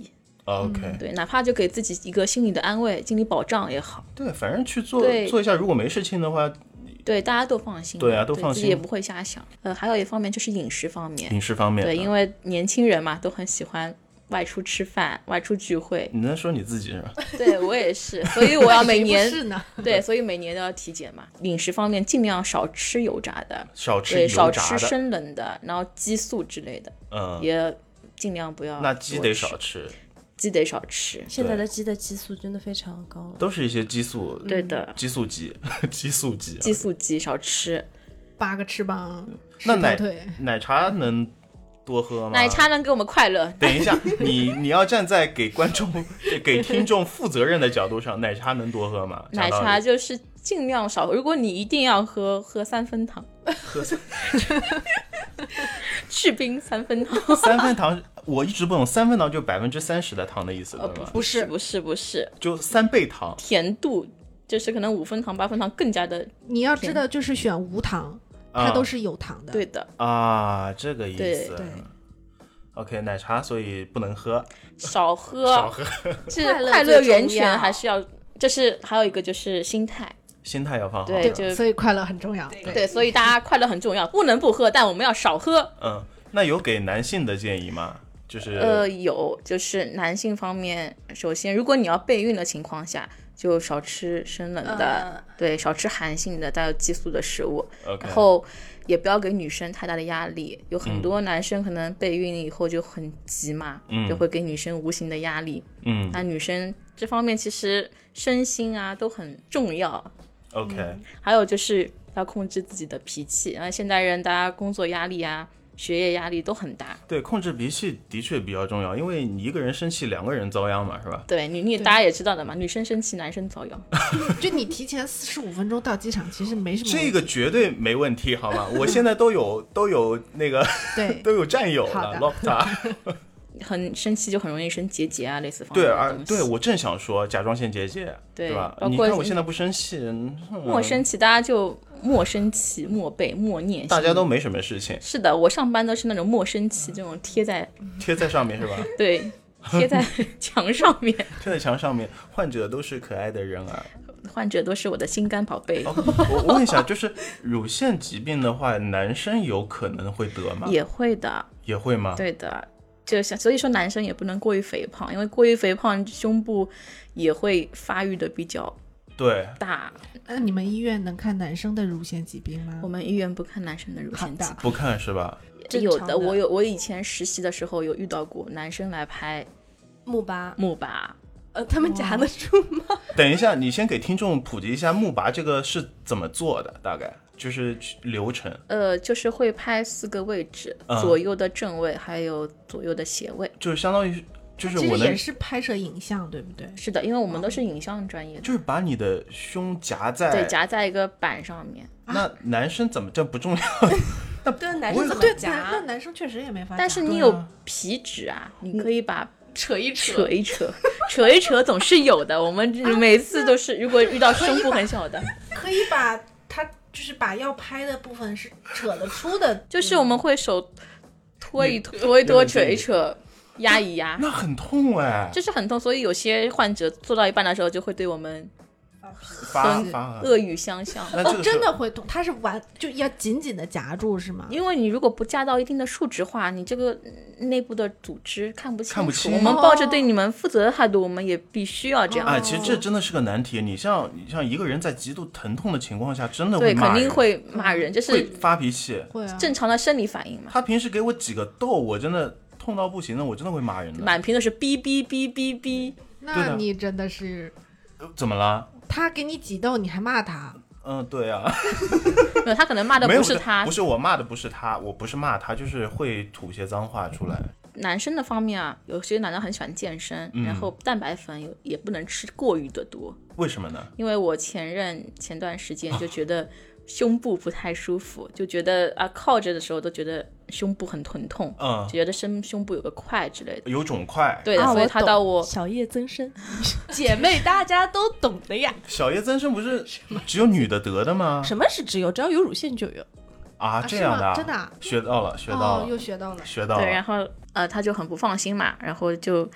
S2: OK。
S1: 对，哪怕就给自己一个心理的安慰、心理保障也好。
S2: 对，反正去做
S1: 对
S2: 做一下，如果没事情的话，
S1: 对，大家都放心。
S2: 对啊都放
S1: 自己
S2: 心
S1: 也不会瞎想。呃，还有一方面就是饮食方面，
S2: 饮食方面，
S1: 对，因为年轻人嘛，都很喜欢。外出吃饭，外出聚会，
S2: 你能说你自己是吧？
S1: 对我也是，所以我要每 年
S3: 谁不是呢，
S1: 对，所以每年都要体检嘛。饮食方面尽量少吃油炸的，
S2: 少吃
S1: 对，
S2: 油
S1: 少
S2: 炸
S1: 吃
S2: 的，
S1: 生冷的，然后激素之类的，
S2: 嗯，
S1: 也尽量不要多吃。
S2: 那鸡得少吃，
S1: 鸡得少吃。
S4: 现在的鸡的激素真的非常高。
S2: 都是一些激素，
S1: 对的，
S2: 激素鸡，激素鸡啊。
S1: 激素鸡少吃，
S3: 八个翅膀，
S2: 嗯那
S3: 十
S2: 奶
S3: 条腿，
S2: 奶茶能多喝吗？
S1: 奶茶。能给我们快乐。
S2: 等一下，你你要站在给观众、 给听众负责任的角度上，奶茶能多喝吗？
S1: 奶
S2: 讲道理
S1: 茶就是尽量少，如果你一定要喝，喝三分糖，
S2: 喝三。
S1: 去冰三分糖
S2: 三分糖，我一直不懂，三分糖就百分之三十的糖的意思，
S1: 呃，
S2: 对
S1: 不
S2: 吗？
S1: 不是不是不是，
S2: 就三倍糖。
S1: 甜度就是可能五分糖八分糖更加的
S3: 你要知道就是选无糖，
S2: 啊
S3: 它都是有糖的。
S1: 对的，
S2: 啊，这个意
S1: 对
S2: 思
S3: 对。
S2: OK，奶茶所以不能喝，
S1: 少喝
S2: 少 喝，
S1: 是
S4: 快乐
S1: 快
S4: 最
S1: 乐
S4: 重
S1: 源泉
S4: 要
S1: 还是要，就是还有一个就是心态，
S2: 心态要放好。
S1: 对，就
S3: 所以快乐很重要。
S1: 对，所以大家快乐很重要，不能不喝，但我们要少喝。
S2: 嗯，那有给男性的建议吗？就是
S1: 呃，有，就是男性方面，首先，如果你要备孕的情况下，就少吃生冷的，
S2: 嗯
S1: 对，少吃寒性的带有激素的食物，
S2: OK，
S1: 然后也不要给女生太大的压力。有很多男生可能备孕以后就很急嘛，
S2: 嗯
S1: 就会给女生无形的压力。
S2: 嗯
S1: 那女生这方面其实身心啊都很重要，
S2: ，OK，
S1: 还有就是要控制自己的脾气。啊，现代人大家工作压力啊、学业压力都很大，
S2: 对，控制脾气的确比较重要，因为你一个人生气，两个人遭殃嘛，是吧？
S1: 对你，你大家也知道的嘛，女生生气，男生遭殃。
S3: 就你提前四十五分钟到机场，其实没什么
S2: 嗯
S3: 问
S2: 这
S3: 题。
S2: 个绝对没问题，好 吗？我现在都有都有那个
S3: 对
S2: 都有战友
S3: 好
S2: 了
S3: 的
S2: ，Lopta。
S1: 很生气就很容易生结节啊，类似方面
S2: 对，
S1: 的
S2: 而
S1: 东西。
S2: 对我正想说甲状腺结节，
S1: 对
S2: 吧？
S1: 包
S2: 你
S1: 括
S2: 看我现在不生气，嗯
S1: 莫生气，大家就莫生气、莫背、莫念心。
S2: 大家都没什么事情，
S1: 是的，我上班都是那种莫生气这种贴在
S2: 贴在上 面是吧？
S1: 对贴在 墙上面，
S2: 贴在墙上面，患者都是可爱的人 儿。
S1: 患者都是我的心肝宝
S2: 哦
S1: 贝，
S2: 我我问一下，就是乳腺疾病的话，男生有可能会得吗？
S1: 也会的，
S2: 也会吗？
S1: 对的。就像所以说，男生也不能过于肥胖，因为过于肥胖，胸部也会发育的比较
S2: 对，
S1: 大。
S3: 那你们医院能看男生的乳腺疾病吗
S1: 我？们医院不看男生的乳
S3: 好
S1: 腺
S3: 的
S1: 疾，
S2: 不看是吧？
S1: 这
S4: 正
S1: 有
S4: 常
S1: 的，
S4: 的
S1: 我有我以前实习的时候有遇到过男生来拍
S4: 木巴，
S1: 木靶，
S4: 呃，他们夹得住吗？
S2: 等一下，你先给听众普及一下木拔这个是怎么做的，大概就是流程。
S1: 呃，就是会拍四个位置，
S2: 嗯
S1: 左右的正位，还有左右的斜位。
S2: 就是相当于就是
S3: 其
S2: 我
S3: 实
S2: 能
S3: 也，是拍摄影像，对不对？
S1: 是的，因为我们都是影像专业的，
S2: 就是把你的胸夹在
S1: 对，夹在一个板上面。
S2: 那男生怎么这不重要？
S4: 对，男生怎么
S3: 对，男那
S4: 夹？
S3: 男生确实也没法夹。
S1: 但是你
S2: 对
S1: 有
S2: 啊
S1: 皮脂啊，你可以把
S4: 扯一
S1: 扯一扯， 扯一扯总是有的。我们每次都是，如果遇到胸部很小的，
S3: 可以把他就是把要拍的部分是扯得出 的，
S1: 就是我们会手拖一拖，拖一拖，
S2: 那个
S1: 扯一扯，压一压。
S2: 那很痛哎、
S1: 就是很痛，所以有些患者做到一半的时候就会对我们
S2: 发发
S1: 恶语相向。
S2: 啊那这
S3: 啊哦，
S2: 个
S3: 真
S2: 是
S3: 的会动，它是完就要紧紧的夹住是吗？
S1: 因为你如果不架到一定的数值化，你这个嗯内部的组织看不清楚。
S2: 看不清
S1: 我们抱着对你们负责的态度，我们也必须要这样。
S2: 哎，其实这真的是个难题。你像你像一个人在极度疼痛的情况下，真的
S1: 对，
S2: 骂
S1: 肯
S2: 人，
S1: 定会骂人，这
S2: 会
S1: 是
S2: 发脾气。
S3: 会啊，
S1: 正常的生理反应嘛。
S2: 他平时给我几个豆，我真的痛到不行了，我真的会骂人的。
S1: 满屏都是哔哔哔哔 哔，
S2: 对
S3: 那
S2: 的
S3: 你真的是
S2: 呃怎么了？
S3: 他给你挤痘，你还骂他，
S2: 嗯，对啊，
S1: 没有他可能 骂的
S2: 没有
S1: 不是他
S2: 不，是我骂的，不是他，我不是骂他，就是会吐些脏话出来。
S1: 男生的方面啊，有些男的很喜欢健身，
S2: 嗯
S1: 然后蛋白粉有也不能吃过于的多，
S2: 为什么呢？
S1: 因为我前任前段时间就觉
S3: 啊
S1: 得胸部不太舒服，就觉得啊靠着的时候都觉得胸部很疼痛，
S2: 嗯
S3: 啊
S1: 就，觉得身胸部有个块之类的。
S2: 有肿块。
S1: 对的，
S4: 啊
S1: 所以
S4: 我
S1: 他
S4: 懂
S1: 到我
S4: 小叶增生，姐妹大家都懂的呀。
S2: 小叶增生不是只有女的得的吗？
S4: 什么是只有？只要有乳腺就有。
S2: 啊，
S3: 啊
S2: 这样的
S3: 是吗
S2: 啊，
S3: 真的啊
S2: 学到了，学到
S3: 哦，
S2: 了，
S3: 又学到了。
S2: 学到
S1: 对，然
S2: 了。
S1: 后呃他就很不放心嘛，然后就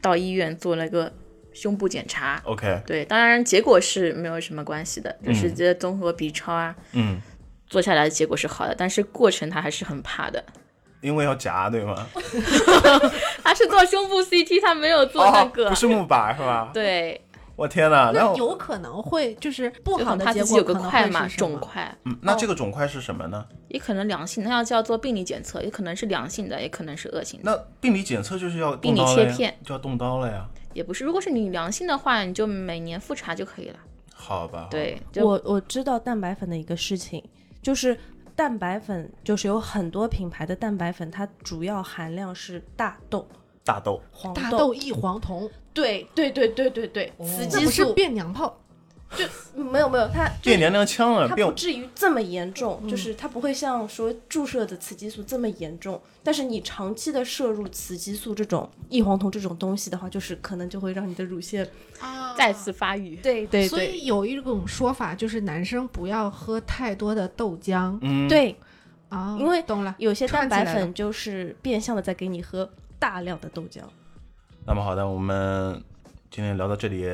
S1: 到医院做了个胸部检查。
S2: OK，
S1: 对，当然结果是没有什么关系的，
S3: 嗯
S1: 就是这综合 B 超啊，
S2: 嗯，
S1: 做下来的结果是好的，但是过程他还是很怕的。
S2: 因为要夹对吗？
S1: 他是做胸部 CT，他没有做那个。
S2: 哦不是木板是吧？
S1: 对，
S2: 我天哪，那
S3: 那
S2: 我
S3: 有可能会就是不
S1: 就
S3: 好
S1: 很
S3: 的
S1: 怕
S3: 结
S1: 自己
S3: 果
S1: 有个
S3: 可能
S1: 块
S3: 会
S1: 嘛，
S3: 是什么
S1: 肿块，
S2: 嗯，那这个肿块是什么呢？
S1: 也可能良性，那要就要做病理检测，也可能是良性的，也可能是恶性的，
S2: 那病理检测就是要动
S1: 病理
S2: 刀
S1: 切
S2: 了呀
S1: 片，
S2: 就要动刀了呀。
S1: 也不是。如果是你良性的话，你就每年复查就可以了。
S2: 好吧，好吧，
S1: 对，就
S4: 我我知道蛋白粉的一个事情，就是蛋白粉就是有很多品牌的蛋白粉，它主要含量是大豆、
S2: 大豆
S4: 黄
S3: 大豆异黄酮，
S4: 对对对对对对，雌
S3: 那
S4: 激
S3: 不是
S4: 素
S3: 变娘炮，
S4: 没有没有，它就
S2: 变
S4: 是
S2: 娘娘腔了，
S4: 它
S2: 变
S4: 不至于这么严
S2: 嗯
S4: 重，就是它不会像说注射的雌激素这么严重，但是你长期的摄入雌激素这种异黄酮这种东西的话，就是可能就会让你的乳腺
S1: 再次发育。
S4: 对对
S3: 所以有一种说法就是男生不要喝太多的豆浆
S2: 嗯，
S4: 对，
S3: 啊，
S4: 嗯因为
S3: 懂了，
S4: 有些
S3: 串
S4: 蛋
S3: 起
S4: 白
S3: 来了
S4: 粉就是变相的在给你喝大量的豆浆。
S2: 那么好的，我们今天聊到这里，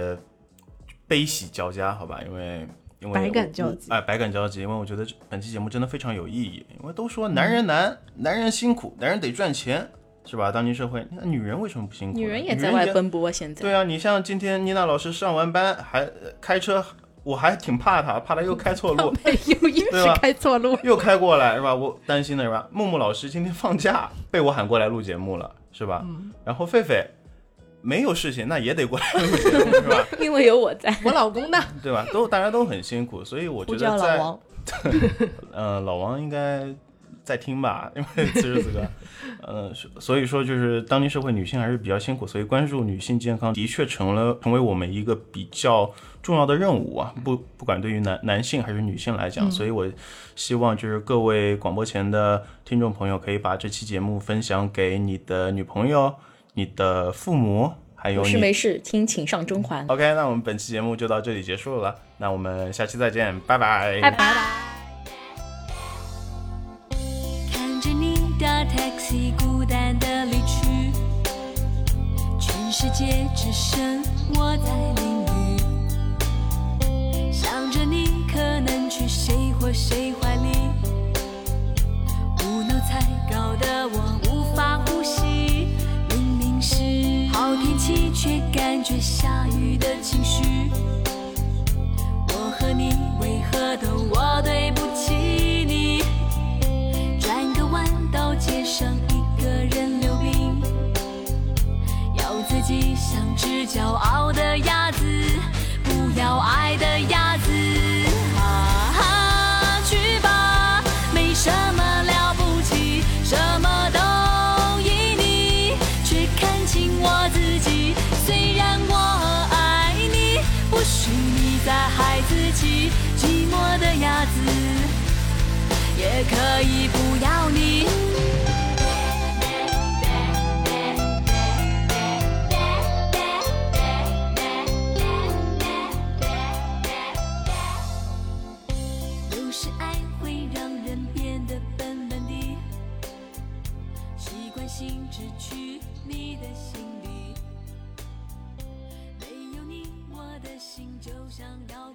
S2: 悲喜交加，好吧？因为因为
S4: 百感
S2: 我
S4: 交集
S2: 哎，百感交集，因为我觉得这本期节目真的非常有意义。因为都说男人难，男人辛苦，男人得赚钱，是吧？当今社会，那女人为什么不辛苦呢？
S1: 女人也在外奔波，现在
S2: 对啊，你像今天妮娜老师上完班还呃开车，我还挺怕她，怕她又开错 路，
S3: 又一
S2: 对吧啊
S3: 直开错路，
S2: 又开过来是吧？我担心的是吧？木木老师今天放假，被我喊过来录节目了，是吧？
S1: 嗯
S2: 然后狒狒没有事情，那也得过来录节目，是吧？
S1: 因为有我在，
S3: 我老公呢？
S2: 对吧？都大家都很辛苦，所以我觉得
S4: 呼叫
S2: 在
S4: 老王，
S2: 呃，老王应该在听吧，因 为此时此刻，呃，所所以说就是当今社会女性还是比较辛苦，所以关注女性健康的确成了成为我们一个比较重要的任务啊，不不管对于男男性还是女性来
S4: 嗯
S2: 讲，所以我希望就是各位广播前的听众朋友可以把这期节目分享给你的女朋友、你的父母，还有
S1: 有
S2: 你哦
S1: 事没事听请上中环。
S2: OK，那我们本期节目就到这里结束了，那我们下期再见，
S1: 拜拜。
S6: 看着你的 taxi 孤单的离去，全世界只剩我在淋雨。想着你可能去谁或谁怀里，无脑才搞得我无法呼吸。明明是好天气，却感觉下雨的情绪。我和你为何都我对不起你？转个弯到街上一个人溜冰，要自己像只骄傲的鸭子，不要爱的鸭子。啊，去吧，没什么了不起，什么都依你，却看清我自己。虽然我爱你，不许你再害自己，寂寞的鸭子。也可以不要你。有时爱会让人变得笨笨的，习惯性只去你的心里。没有你，我的心就像要。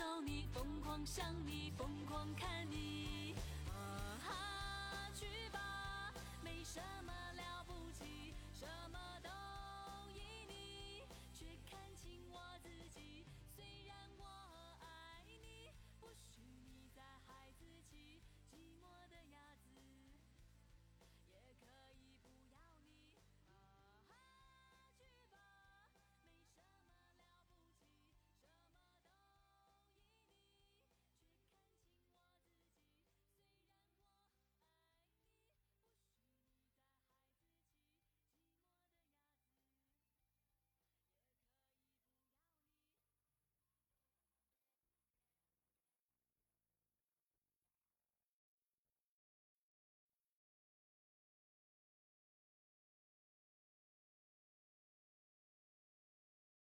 S6: 狂想你，疯狂看你。啊，去吧，没什么啊